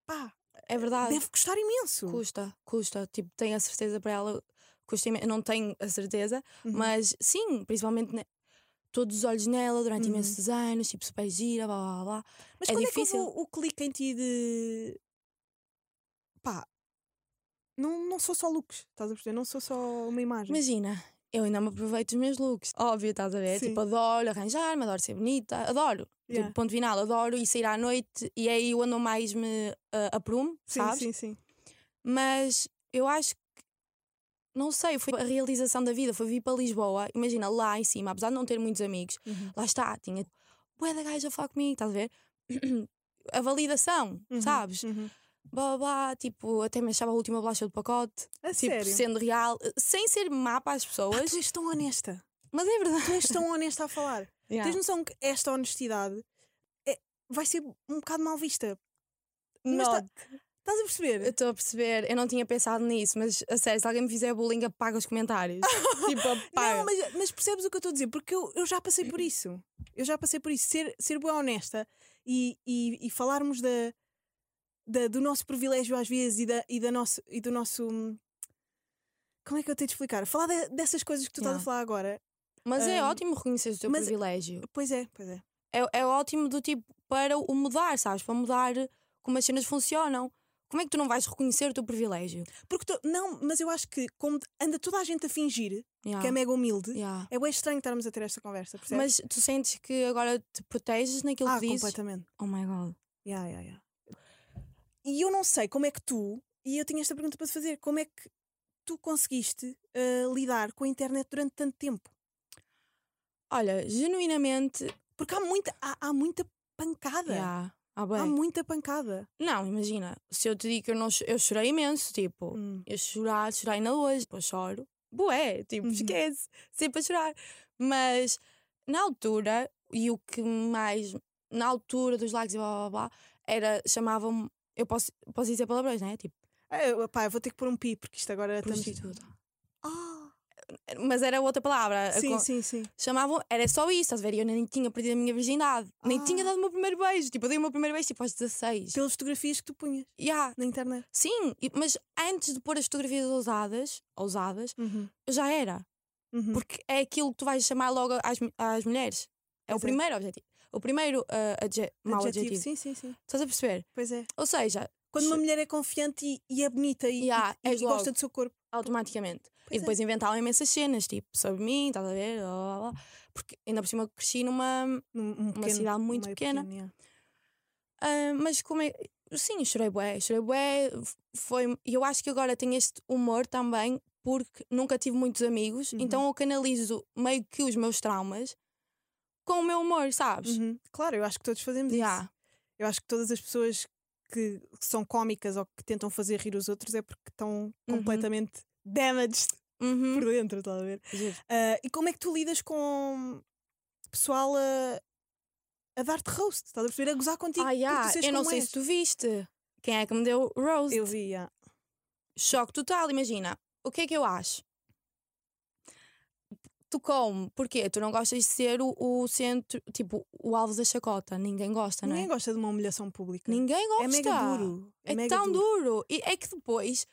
Pá, É verdade. deve custar imenso. Custa, custa. Tipo, tenho a certeza para ela. Custa imen- Não tenho a certeza, Uhum. mas sim, principalmente ne- todos os olhos nela durante Uhum. imensos anos, tipo, super gira, blá blá blá. Mas é quando difícil. é que houve o, o clique em ti de. Pá, não, não sou só looks, estás a perceber? Não sou só uma imagem. Imagina, eu ainda me aproveito dos meus looks. Óbvio, estás a ver? Sim. Tipo, adoro arranjar-me, adoro ser bonita, adoro. Yeah. Tipo, ponto final, adoro e sair à noite e é aí eu ando mais me ah, aprumo, sim, sabes? sim, sim. Mas eu acho que. Não sei, foi a realização da vida. Foi vir para Lisboa, imagina lá em cima, apesar de não ter muitos amigos, Uhum. lá está, tinha bué da gaja a falar comigo, estás a ver? A validação, Uhum, sabes? uhum. Blá blá blá, tipo, até me achava a última bolacha do pacote, A tipo, sério. sendo real, eh, sem ser mapa às Pá, pessoas, tu és tão honesta. mas é verdade. Tu és tão honesta a falar. Tens noção que esta honestidade é- vai ser um bocado mal vista. mas tá- Não, Estás a eu perceber? estou a perceber, eu não tinha pensado nisso, mas a sério, se alguém me fizer bullying, apaga os comentários. tipo, apaga. Não, mas, mas percebes o que eu estou a dizer? Porque eu, eu já passei por isso. Eu já passei por isso. Ser, ser boa honesta e, e, e falarmos da, da- do nosso privilégio às vezes e, da, e, da nosso, e do nosso. hum, Como é que eu tenho de explicar? Falar de- dessas coisas que tu estás Yeah. a falar agora. Mas é hum, ótimo reconhecer o teu mas- privilégio. Pois é, pois é. É, é ótimo do tipo para o mudar, sabes? Para mudar como as cenas funcionam. Como é que tu não vais reconhecer o teu privilégio? Porque tu- não, mas eu acho que como anda toda a gente a fingir que Yeah, é mega humilde, Ah. yeah. é bem estranho estarmos a ter esta conversa, percebes? Mas tu sentes que agora te proteges naquilo ah, que dizes? completamente. Oh my god. Ya, ya, ya. E eu não sei como é que tu, e eu tinha esta pergunta para te fazer, como é que tu conseguiste ah, lidar com a internet durante tanto tempo? Olha, genuinamente. Porque há muita, há, há muita pancada. Yeah. Ah, bem. Há muita pancada. Não, imagina. Se eu te digo que eu, não, cho- eu chorei imenso, tipo, Hum. eu chorar, chorar ainda hoje, depois tipo, choro. Bué, tipo, Uhum. esquece, sempre a chorar. Mas na altura, e o que mais. Na altura dos likes e blá blá blá, era. chamavam-me. Eu posso, posso dizer palavrões, não é? Tipo, Ah, eu- pá, eu vou ter que pôr um pi, porque isto agora estamos. prostituta. Ah, Mas era outra palavra. a sim, con- sim, sim. chamavam, era só isso, estás a ver? E Eu nem tinha perdido a minha virgindade, nem Ah. tinha dado o meu primeiro beijo. Tipo, eu dei o meu primeiro beijo tipo aos 16. Pelas fotografias que tu punhas Yeah, na internet. sim, e- mas antes de pôr as fotografias ousadas, ousadas, Uhum. eu já era. Uhum. Porque é aquilo que tu vais chamar logo às, mu- às mulheres. É o Pois é. primeiro objetivo. O primeiro ah, adje- mau Adjetivo, adjetivo. Sim, sim, sim. Estás a perceber? Pois é. Ou seja, Quando uma Se- mulher é confiante e, e é bonita e, Ya, e- e és gosta logo. do seu corpo. automaticamente. Pois e é. depois inventavam imensas cenas, tipo, sobre mim, estás a ver? Blá, blá, blá. Porque ainda por cima cresci numa, Num- um pequeno- cidade muito meio pequena. pequeno, ya. Ah, mas como é. Sim, chorei bué, chorei bué. f- Foi... E eu acho que agora tenho este humor também, porque nunca tive muitos amigos, Uhum. então eu canalizo meio que os meus traumas com o meu humor, sabes? Uhum. Claro, eu acho que todos fazemos isso. Yeah. Eu acho que todas as pessoas que são cómicas ou que tentam fazer rir os outros é porque estão Uhum. completamente damaged Uhum. por dentro, estás a ver? Giro. Ah, e como é que tu lidas com pessoal a, a dar-te roast? Estás a perceber? A gozar contigo. Ah, porque yeah, tu sês Eu não como sei és. se tu viste quem é que me deu Rose. Eu vi, yeah. Choque total, imagina. O que é que eu acho? Tu como? Porquê? Tu não gostas de ser o, o centro, tipo, o alvo da chacota. Ninguém gosta, não é? Ninguém gosta de uma humilhação pública. Ninguém gosta. é mega duro. É, É, mega tão duro. E é que depois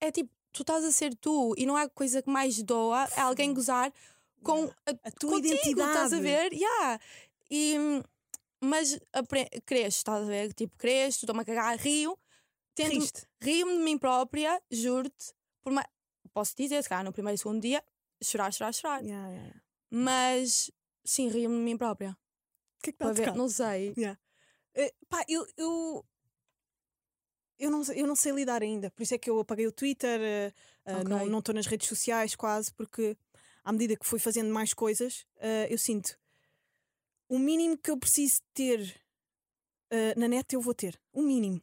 é, é tipo, tu estás a ser tu e não há coisa que mais doa é alguém gozar com Yeah. a A tua contigo, identidade. estás a ver? Yeah. E, hum, mas apre- cresço, estás a ver? Tipo, cresço, estou-me a cagar, rio, tento Riste. rio-me de mim própria, juro-te, por ma- posso dizer, se calhar no primeiro e segundo dia, chorar, chorar, chorar. Yeah, yeah, yeah. Mas sim, rio-me de mim própria. O que é que está Para a ver, tocar? não sei. Eh, pá, eu. eu... Eu não, sei- eu não sei lidar ainda, por isso é que eu apaguei o Twitter, eh, eh, não- Ok. não estou nas redes sociais quase, porque à medida que fui fazendo mais coisas, eh, eu sinto o mínimo que eu preciso ter eh, na net, eu vou ter. O mínimo.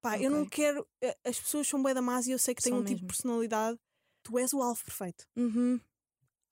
Pá, eu não Ok. quero. eh, as pessoas são bué da más e eu sei que tenho São um tipo mesmo. de personalidade. Tu és o alvo perfeito. Uhum.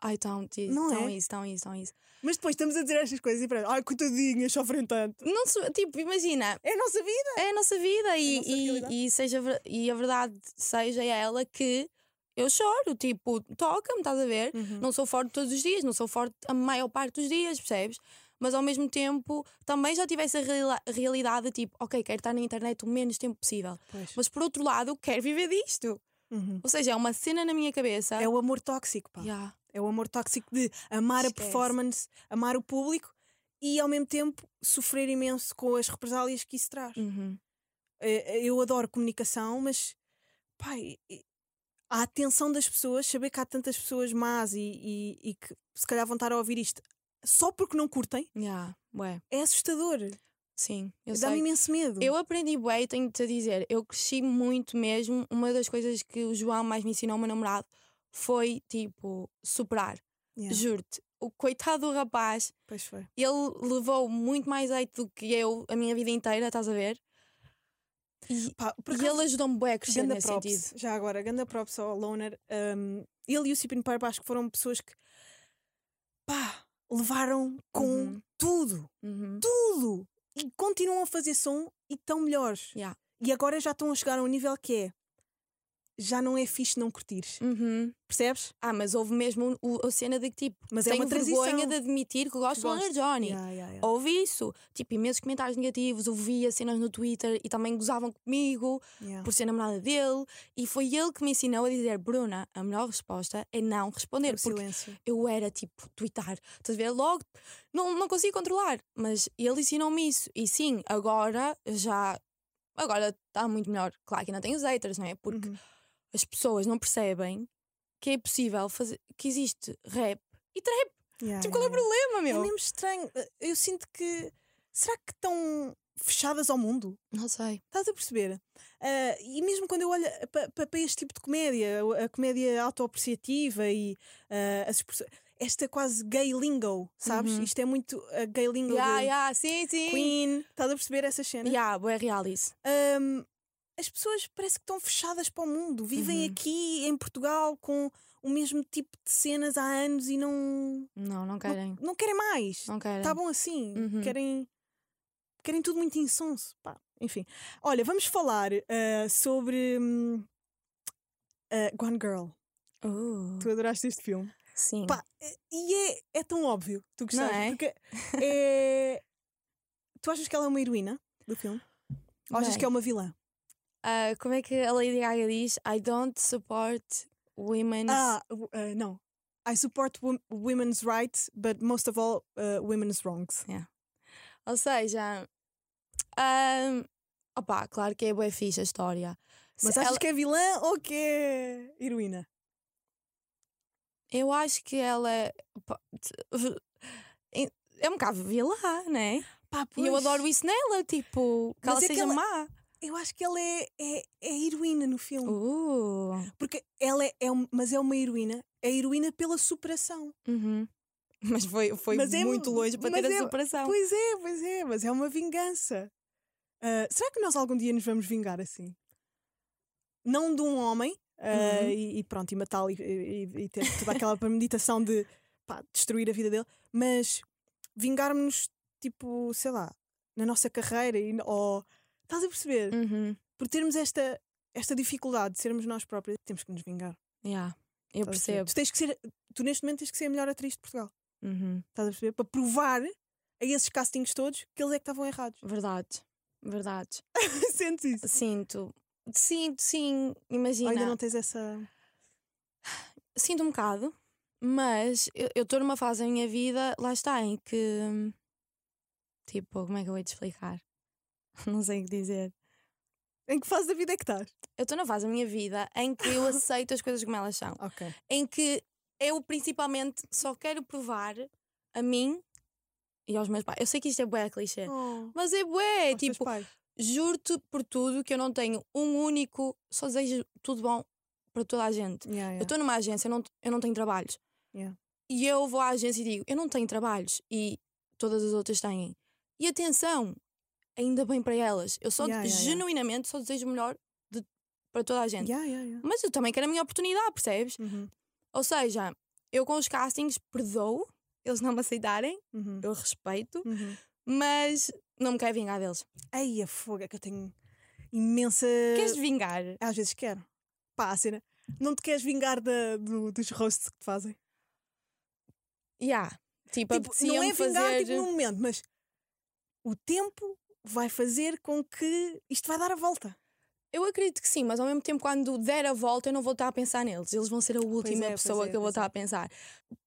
Ai, estão isso, Não estão é? isso, estão isso, estão isso. Mas depois estamos a dizer estas coisas e parece, ai, coitadinhas, sofrem tanto. Não, se- tipo, imagina, É a nossa vida. é a nossa vida e, É a nossa e- realidade. e, seja, ver- e a verdade seja ela que eu choro, tipo, toca-me, estás a ver? Uhum, Não sou forte todos os dias, não sou forte a maior parte dos dias, percebes? Mas ao mesmo tempo também já tive essa reala- realidade de tipo, ok, quero estar na internet o menos tempo possível. Pois. Mas por outro lado, eu quero viver disto. Uhum. Ou seja, é uma cena na minha cabeça. É o amor tóxico, pá. Yeah. É o amor tóxico de amar Esquece. a performance, amar o público e ao mesmo tempo sofrer imenso com as represálias que isso traz. Uhum. Eh, eh, Eu adoro comunicação, mas pá, e- e- a atenção das pessoas, saber que há tantas pessoas más e, e- e que se calhar vão estar a ouvir isto só porque não curtem, Yeah. Ué, é assustador. sim. Eu sei. Dá-me imenso medo. Eu aprendi bué e tenho-te a dizer, eu cresci muito mesmo. Uma das coisas que o João mais me ensinou, o meu namorado, foi tipo, superar. Yeah, Juro-te, o coitado do rapaz, Pois foi. ele levou muito mais jeito do que eu a minha vida inteira, estás a ver? E, Pá, por e acaso- ele ajudou-me bué a crescer Ganda nesse props, sentido. Já agora, ganda props ao Loner. Um, ele e o Sipin Pipe acho que foram pessoas que pá, levaram com Uhum. tudo, Uhum. tudo. E continuam a fazer som e estão melhores. Yeah. E agora já estão a chegar a um nível que é já não é fixe não curtires. Uhum. Percebes? Ah, mas houve mesmo o- a cena de que tipo, Mas é tenho uma transição. vergonha de admitir que gosto de gosto. Loner Johnny. Yeah, yeah, yeah. Houve isso, tipo, imensos comentários negativos, ouvia cenas no Twitter e também gozavam comigo. Yeah. por ser namorada dele, e foi ele que me ensinou a dizer: Bruna, a melhor resposta é não responder. O porque silêncio. eu era tipo, twittar, estás a ver? Logo, não, não consigo controlar. Mas ele ensinou-me isso. E sim, agora já. Agora está muito melhor. Claro que ainda tem os haters, não é? Porque Uhum. as pessoas não percebem que é possível fazer. que existe rap e trap. Yeah, tipo, qual é o yeah, problema, yeah. É meu? mesmo estranho. Eu sinto que. Será que estão fechadas ao mundo? Não sei. Estás a perceber? Ah, e mesmo quando eu olho para este tipo de comédia, o- a comédia autoapreciativa e ah, as expressões. Esta quase gay lingo, sabes? Uhum. Isto é muito a gay lingo Yeah, de yeah, sim, sim. Queen. Estás a perceber essas cenas? Yeah, bué real isso. Ahm, as pessoas parece que estão fechadas para o mundo. Vivem Uhum. aqui em Portugal com o mesmo tipo de cenas há anos e não, Não, tá não querem. não querem mais. Não querem. Está bom assim. Uhum. Querem, querem tudo muito insonso. Pá, enfim. Olha, vamos falar ah, sobre hum, ah, Gone Girl. Uh, Tu adoraste este filme. sim. Pá, E é, é tão óbvio. Tu gostaste. é? Porque é- Tu achas que ela é uma heroína do filme? Ou achas Bem. que é uma vilã? Ah, como é que a Lady Gaga diz? I don't support women's. Ah, w- uh, não. I support wom- women's rights, but most of all, uh, women's wrongs. Ou seja, ahm, opá, claro que é boa fixe a história. Se Mas achas ela- que é vilã ou que é heroína? Eu acho que ela opá, t- é- é um bocado vilã, né? Pá, E eu adoro isso nela, tipo, que Mas ela é que seja ela- má. Eu acho que ela é, é, é heroína no filme. Uh, Porque ela é, é um- mas é uma heroína. É heroína pela superação. uhum. Mas foi, foi Mas é- muito longe para mas ter a é- superação. Pois é, pois é, mas é uma vingança. Ah, será que nós algum dia nos vamos vingar assim? Não de um homem ah, Uhum. e, e pronto, e matá-lo e, e- e ter toda aquela premeditação de pá, destruir a vida dele, mas vingarmos-nos, tipo, sei lá, na nossa carreira e, ou estás a perceber? Uhum. Por termos esta, esta dificuldade de sermos nós próprios, temos que nos vingar. Yeah, eu estás a perceber? percebo. Tu tens que ser, tu neste momento tens que ser a melhor atriz de Portugal. Uhum. Estás a perceber? Para provar a esses castings todos que eles é que estavam errados. Verdade, verdade. Sentes isso? Sinto. Sinto, sim, Ou imagina. ainda não tens essa. Sinto um bocado, mas eu eu estou numa fase da minha vida, lá está, em que. hum, Tipo, como é que eu vou te explicar? Não sei o que dizer. Em que fase da vida é que estás? Eu estou na fase da minha vida em que eu aceito as coisas como elas são. Ok. Em que eu principalmente só quero provar a mim e aos meus pais. Eu sei que isto é bué clichê, Oh, mas é bué. tipo, juro-te por tudo que eu não tenho um único, só desejo tudo bom para toda a gente. tipo, Eu estou numa agência, eu não, eu não tenho trabalhos. Yeah. E eu vou à agência e digo, eu não tenho trabalhos. E todas as outras têm. E atenção, ainda bem para elas. Eu só, Yeah, yeah, yeah. genuinamente, só desejo o melhor Uhum, de- para toda a gente. Mas eu também quero a minha oportunidade, percebes? Ou seja, Eu com os castings perdoo, eles não me aceitarem, Uhum. eu respeito, Uhum. mas não me quero vingar deles. Ai, a foga que eu tenho imensa. Queres te vingar? Às vezes quero. Pá, a cena. Não te queres vingar da, do- dos roasts que te fazem? Tipo, Yeah. Tipo, Tipo, não é apetecia-me vingar fazer. tipo, no momento, mas o tempo vai fazer com que isto vai dar a volta. Eu acredito que sim, mas ao mesmo tempo, quando der a volta, eu não vou estar a pensar neles. Eles vão ser a última é, pois pessoa é, que eu vou pois é. estar a pensar.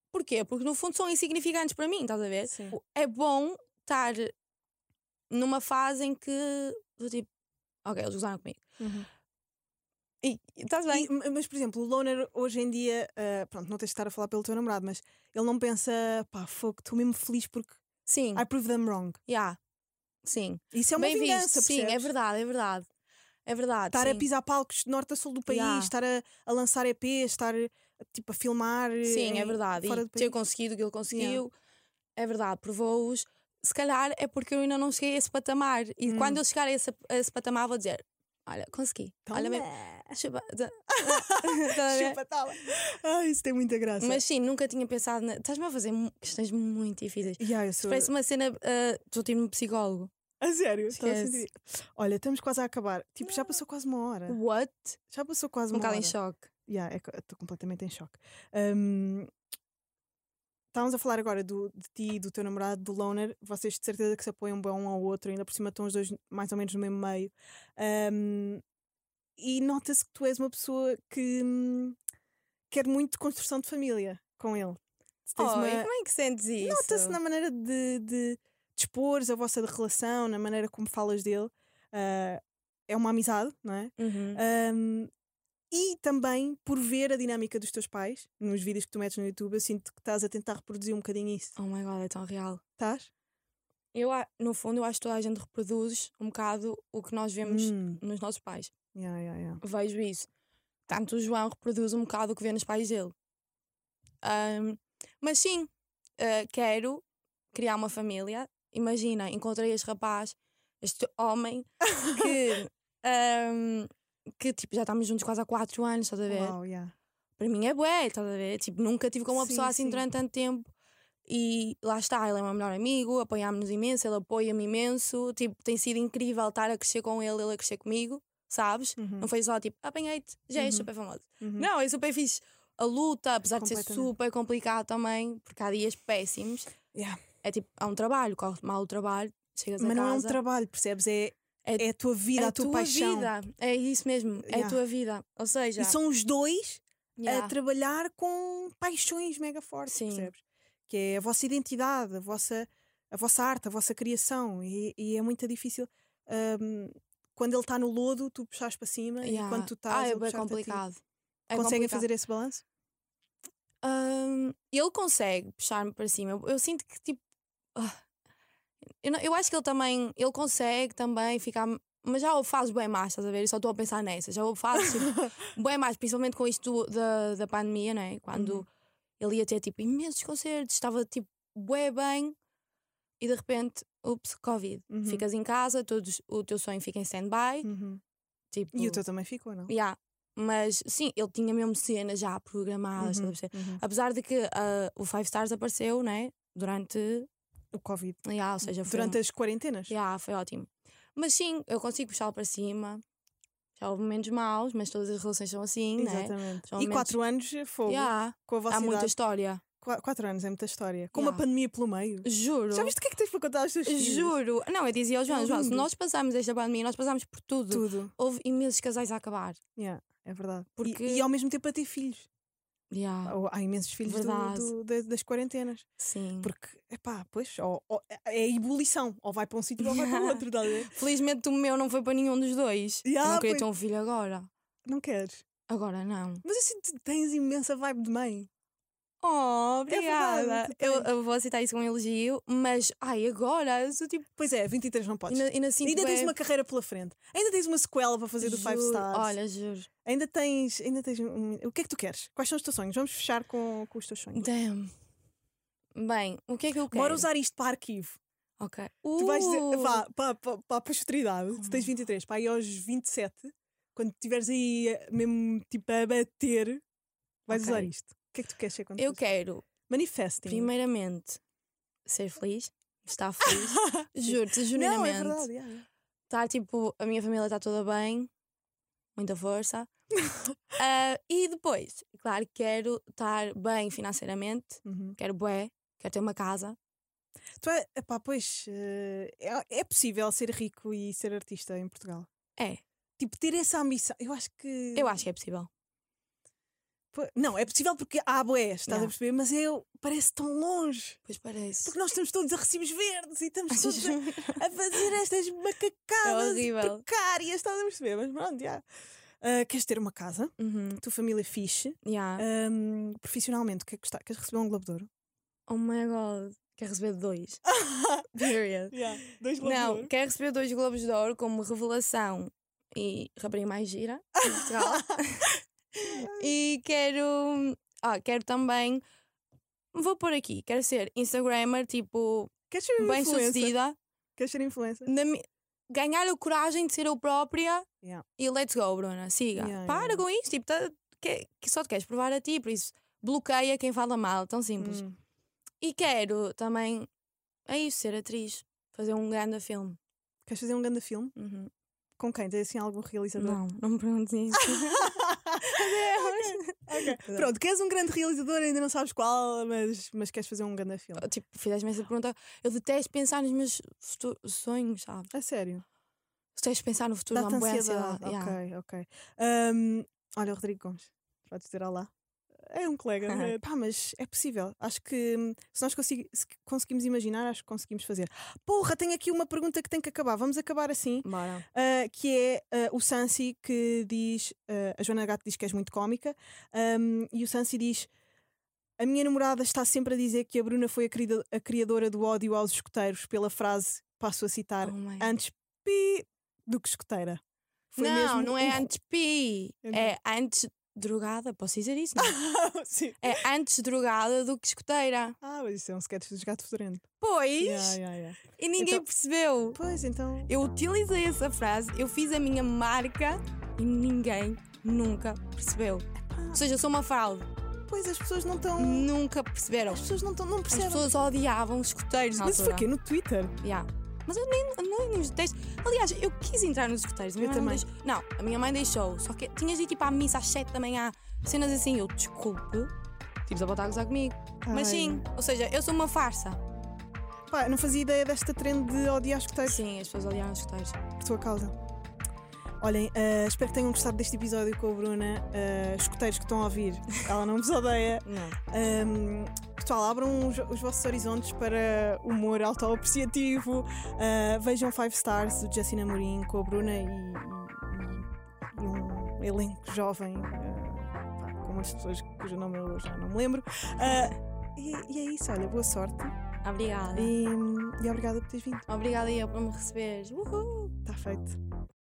Porquê? Porque no fundo são insignificantes para mim, estás a ver? Sim. É bom estar numa fase em que do tipo, ok, eles gozaram comigo. E e estás bem? E- m- mas, por exemplo, o loner hoje em dia, ah, pronto, não tens de estar a falar pelo teu namorado, mas ele não pensa, pá, fogo, estou mesmo feliz porque Sim, I proved them wrong. yeah. Sim. Isso é uma bem vingança, visto. Sim, é percebes? verdade, é verdade. É verdade. Estar a sim. pisar palcos de norte a sul do país, Ya. estar a, a lançar EPs, estar tipo, a filmar. Sim, é em- verdade. eh, Fora E do ter país. conseguido o que ele conseguiu, é verdade, provou-os. Se calhar é porque eu ainda não cheguei a esse patamar. E Hum. Então quando eu chegar a esse, a esse patamar, vou dizer: Olha, consegui. Olha, bem. Chupa, tá- tá a ver? é. Chupa tala. Ai, isso tem muita graça. Mas sim, nunca tinha pensado. na- Estás-me a fazer mu- questões muito difíceis. Ya, eu sou- Parece uma cena. ah, Estou a ter um psicólogo. A sério, estou a Esquece. sentir. Olha, estamos quase a acabar. Tipo, já passou quase uma hora. What? Já passou quase Um uma bocado em hora. choque. Yeah, é estou completamente em choque. Hum, estávamos a falar agora do, de ti e do teu namorado, do loner. Vocês de certeza que se apoiam bem um ao outro, ainda por cima estão os dois mais ou menos no mesmo meio. Hum, e nota-se que tu és uma pessoa que hum, quer muito construção de família com ele. Tens Oh, uma- e como é que sentes isso? Nota-se na maneira de, de expores a vossa relação, na maneira como falas dele. Ah, é uma amizade, não é? Uhum. Um, e também por ver a dinâmica dos teus pais nos vídeos que tu metes no YouTube, eu sinto que estás a tentar reproduzir um bocadinho isso. Oh my god, é tão real. Estás? Eu, a- no fundo, eu acho que toda a gente reproduz um bocado o que nós vemos Hum, nos nossos pais. yeah, yeah, yeah. vejo isso. Tanto o João reproduz um bocado o que vê nos pais dele. Ahm, mas sim, ah, quero criar uma família. Imagina, encontrei este rapaz, este homem, que, ahm, que tipo, já estamos juntos quase há 4 anos, estás a ver? Uau, yeah. Para mim é bué, estás a ver? Tipo, nunca tive com uma Sim, pessoa assim sim. durante tanto tempo. E lá está, ele é o meu melhor amigo, apoiámos-nos imenso, ele apoia-me imenso. Tipo, tem sido incrível estar a crescer com ele, ele a crescer comigo, sabes? Uhum, Não foi só tipo, apanhei-te, já és Uhum. super famoso. uhum. Não, é super fixe. A luta, apesar de ser Completamente. super complicado também, porque há dias péssimos. Yeah. É tipo, há um trabalho, corre mal o trabalho, chegas a Mas não é um casa. trabalho, percebes? É, É- é a tua vida, é a tua, paixão. vida. É isso mesmo, é Yeah. a tua vida. Ou seja, E é são os dois yeah. a trabalhar com paixões mega fortes, Sim. percebes? Que é a vossa identidade, a vossa, a vossa arte, a vossa criação. E, e é muito difícil hum, quando ele está no lodo, tu puxares para cima yeah. e quando tu estás. Ah, ele é bem puxar-te a ti. complicado. É Conseguem complicado. fazer esse balanço? Hum, ele consegue puxar-me para cima. Eu, eu sinto que tipo. ah, eu, não- eu acho que ele também. Ele consegue também ficar. Mas já houve fases bem mais, estás a ver? Eu só estou a pensar nessa. Já houve fases tipo, bem mais, principalmente com isto do- da, da pandemia, não é? Quando Uhum. ele ia ter tipo imensos concertos, estava tipo bué bem e de repente, ups, Covid. Uhum. Ficas em casa, todos, o teu sonho fica em stand-by. Tipo, E o teu também ficou, não? yeah. Mas sim, ele tinha mesmo cenas já programadas, estás a Uhum, perceber? uhum. Apesar de que ah, o Five Stars apareceu, né? Durante. O Covid. Yeah, ou seja, foi Durante um- as quarentenas. yeah, foi ótimo. Mas sim, eu consigo puxá-lo para cima. Já houve momentos maus, mas todas as relações são assim, né? São Exatamente. E momentos- quatro anos foi Yeah, com a vossa há muita idade. história. Qua- Quatro anos é muita história. Com uma Yeah. pandemia pelo meio. Juro. Já viste o que é que tens para contar aos teus filhos? Juro. Não, eu dizia ao João, João, se lindo. nós passámos esta pandemia, nós passámos por tudo. Tudo. Houve imensos casais a acabar. É verdade. E- Porque- E, ao mesmo tempo a ter filhos. Yeah, Ou Há imensos filhos do- Verdade. Hum. do- da- das quarentenas. sim. Porque, epá, pois, ou- ou- é a ebulição. Ou vai para um sítio ou vai para o outro. estás a ver? Felizmente o meu não foi para nenhum dos dois. Eu Yeah, não queria ah, pois. ter um filho agora. Não queres. Agora não. Mas assim, tu tens imensa vibe de mãe. Oh, verdade, obrigada. tu eu, tens. eu vou aceitar isso como um elogio, mas ai, agora eu sou tipo. Pois é, 23 não podes. Ainda, ainda sinto ainda tens bué- uma carreira pela frente. Ainda tens uma sequela para fazer do Five Juro, Stars. Olha, juro. Ainda tens. Ainda tens um- o que é que tu queres? Quais são os teus sonhos? Vamos fechar com, com os teus sonhos. Damn. Bem, o que é que eu quero? Bora usar isto para arquivo. Ok. Tu vais dizer, Uh, Uhum. vá, pá, pá, pá, para a posteridade, tu tens 23, pá, e aos 27, quando estiveres aí eh, mesmo tipo a bater, vais Ok. usar isto. que é que tu queres ser quando Eu fores- quero Manifesting. Primeiramente, ser feliz, estar feliz. Juro-te, Não, é juramente. verdade. yeah, yeah. tá tipo, a minha família está toda bem, muita força. Ah, e depois, claro, quero estar bem financeiramente, Uhum. quero bué, quero ter uma casa. Tu é, epá, pois, eh, é, é possível ser rico e ser artista em Portugal. É, Tipo, ter essa ambição. Eu acho que. eu acho que é possível. Pô, Não, é possível porque há boés, estás Yeah. a perceber? Mas eu parece tão longe. Pois parece. Porque nós estamos todos a recibos verdes e estamos Achas- todos a, a fazer estas macacadas É horrível. precárias, estás a perceber? Mas pronto, já. Ah, queres ter uma casa? Uhum, Ah. Tua família é fixe? yeah. Ahm, profissionalmente, o que é que gostar? Queres receber um Globo de Ouro? Oh my god, quero receber dois. Period. Dois Não, quero receber dois Globos de Ouro como revelação e rapariga mais gira em Portugal. e quero. Ah, quero também. Vou pôr aqui, quero ser Instagrammer, tipo, Queres ser bem influencer? sucedida, Queres ser influencer? na mi- ganhar a coragem de ser eu própria Yeah. e let's go, Bruna, siga. Yeah, Para yeah. com isto, tipo, tá- que, que só te queres provar a ti, por isso bloqueia quem fala mal, tão simples. Hum. E quero também, é isso, ser atriz, fazer um grande filme. Queres fazer um grande filme? Uhum. Com quem? Tens assim algum realizador? Não, não me perguntes isso. Adeus. Ok. Pronto, queres um grande realizador, ainda não sabes qual, mas, mas queres fazer um grande filme. Tipo, fizeste-me essa pergunta. Eu detesto pensar nos meus futu- sonhos, sabe? A sério. Detesto pensar no futuro, Dá-te dá-me boa ansiedade. ansiedade. Yeah. Ok, ok. Ahm, olha, o Rodrigo Gomes, podes dizer lá. É um colega, Aham. é, pá, mas é possível. Acho que hum, se nós consi- se conseguimos imaginar, acho que conseguimos fazer. Porra, tenho aqui uma pergunta que tem que acabar. Vamos acabar assim. Bora. Uh, que é uh, o Sansi que diz: uh, a Joana Gato diz que és muito cómica, um, e o Sansi diz: A minha namorada está sempre a dizer que a Bruna foi a, crida- a criadora do ódio aos escuteiros pela frase, passo a citar, Oh, my- antes pi do que escuteira. Foi não, mesmo não é um- antes pi. Então. É antes drogada, posso dizer isso? Não? Sim. é antes drogada do que escuteira. Ah, mas isso é um sketch do gato fedorento. Pois! Yeah, yeah, yeah. E ninguém Então- percebeu. Pois então. Eu utilizei essa frase, eu fiz a minha marca e ninguém nunca percebeu. Ou seja, eu sou uma fraude. Pois as pessoas não estão. Nunca perceberam. As pessoas não, tão, não As percebem. pessoas odiavam os escuteiros na Mas isso foi altura. o quê? No Twitter? Yeah. Mas eu nem não ia nos escuteiros. Aliás, eu quis entrar nos escuteiros. a minha Eu mãe não também. deixou. Não, a minha mãe deixou. Só que tinhas de ir tipo à missa às 7 da manhã. Cenas assim, eu desculpe. Tipo, a voltar a gozar comigo. Mas Ai. sim, ou seja, eu sou uma farsa. Pá, não fazia ideia desta trend de odiar escuteiros. Sim, as pessoas odiaram os escuteiros. por tua causa. Olhem, eh, espero que tenham gostado deste episódio com a Bruna. Eh, escuteiros que estão a ouvir, ela não vos odeia. Não. Ahm, pessoal, abram os, os vossos horizontes para humor autoapreciativo. Eh, vejam Five Stars do Jessina Amorim com a Bruna e, e- e um elenco jovem, eh, pá, com umas pessoas cujo nome eu já não me lembro. Eh, e, e é isso, olha, boa sorte Obrigada. e, e obrigada por teres vindo. Obrigada eu por me receberes. Uhul. Está feito.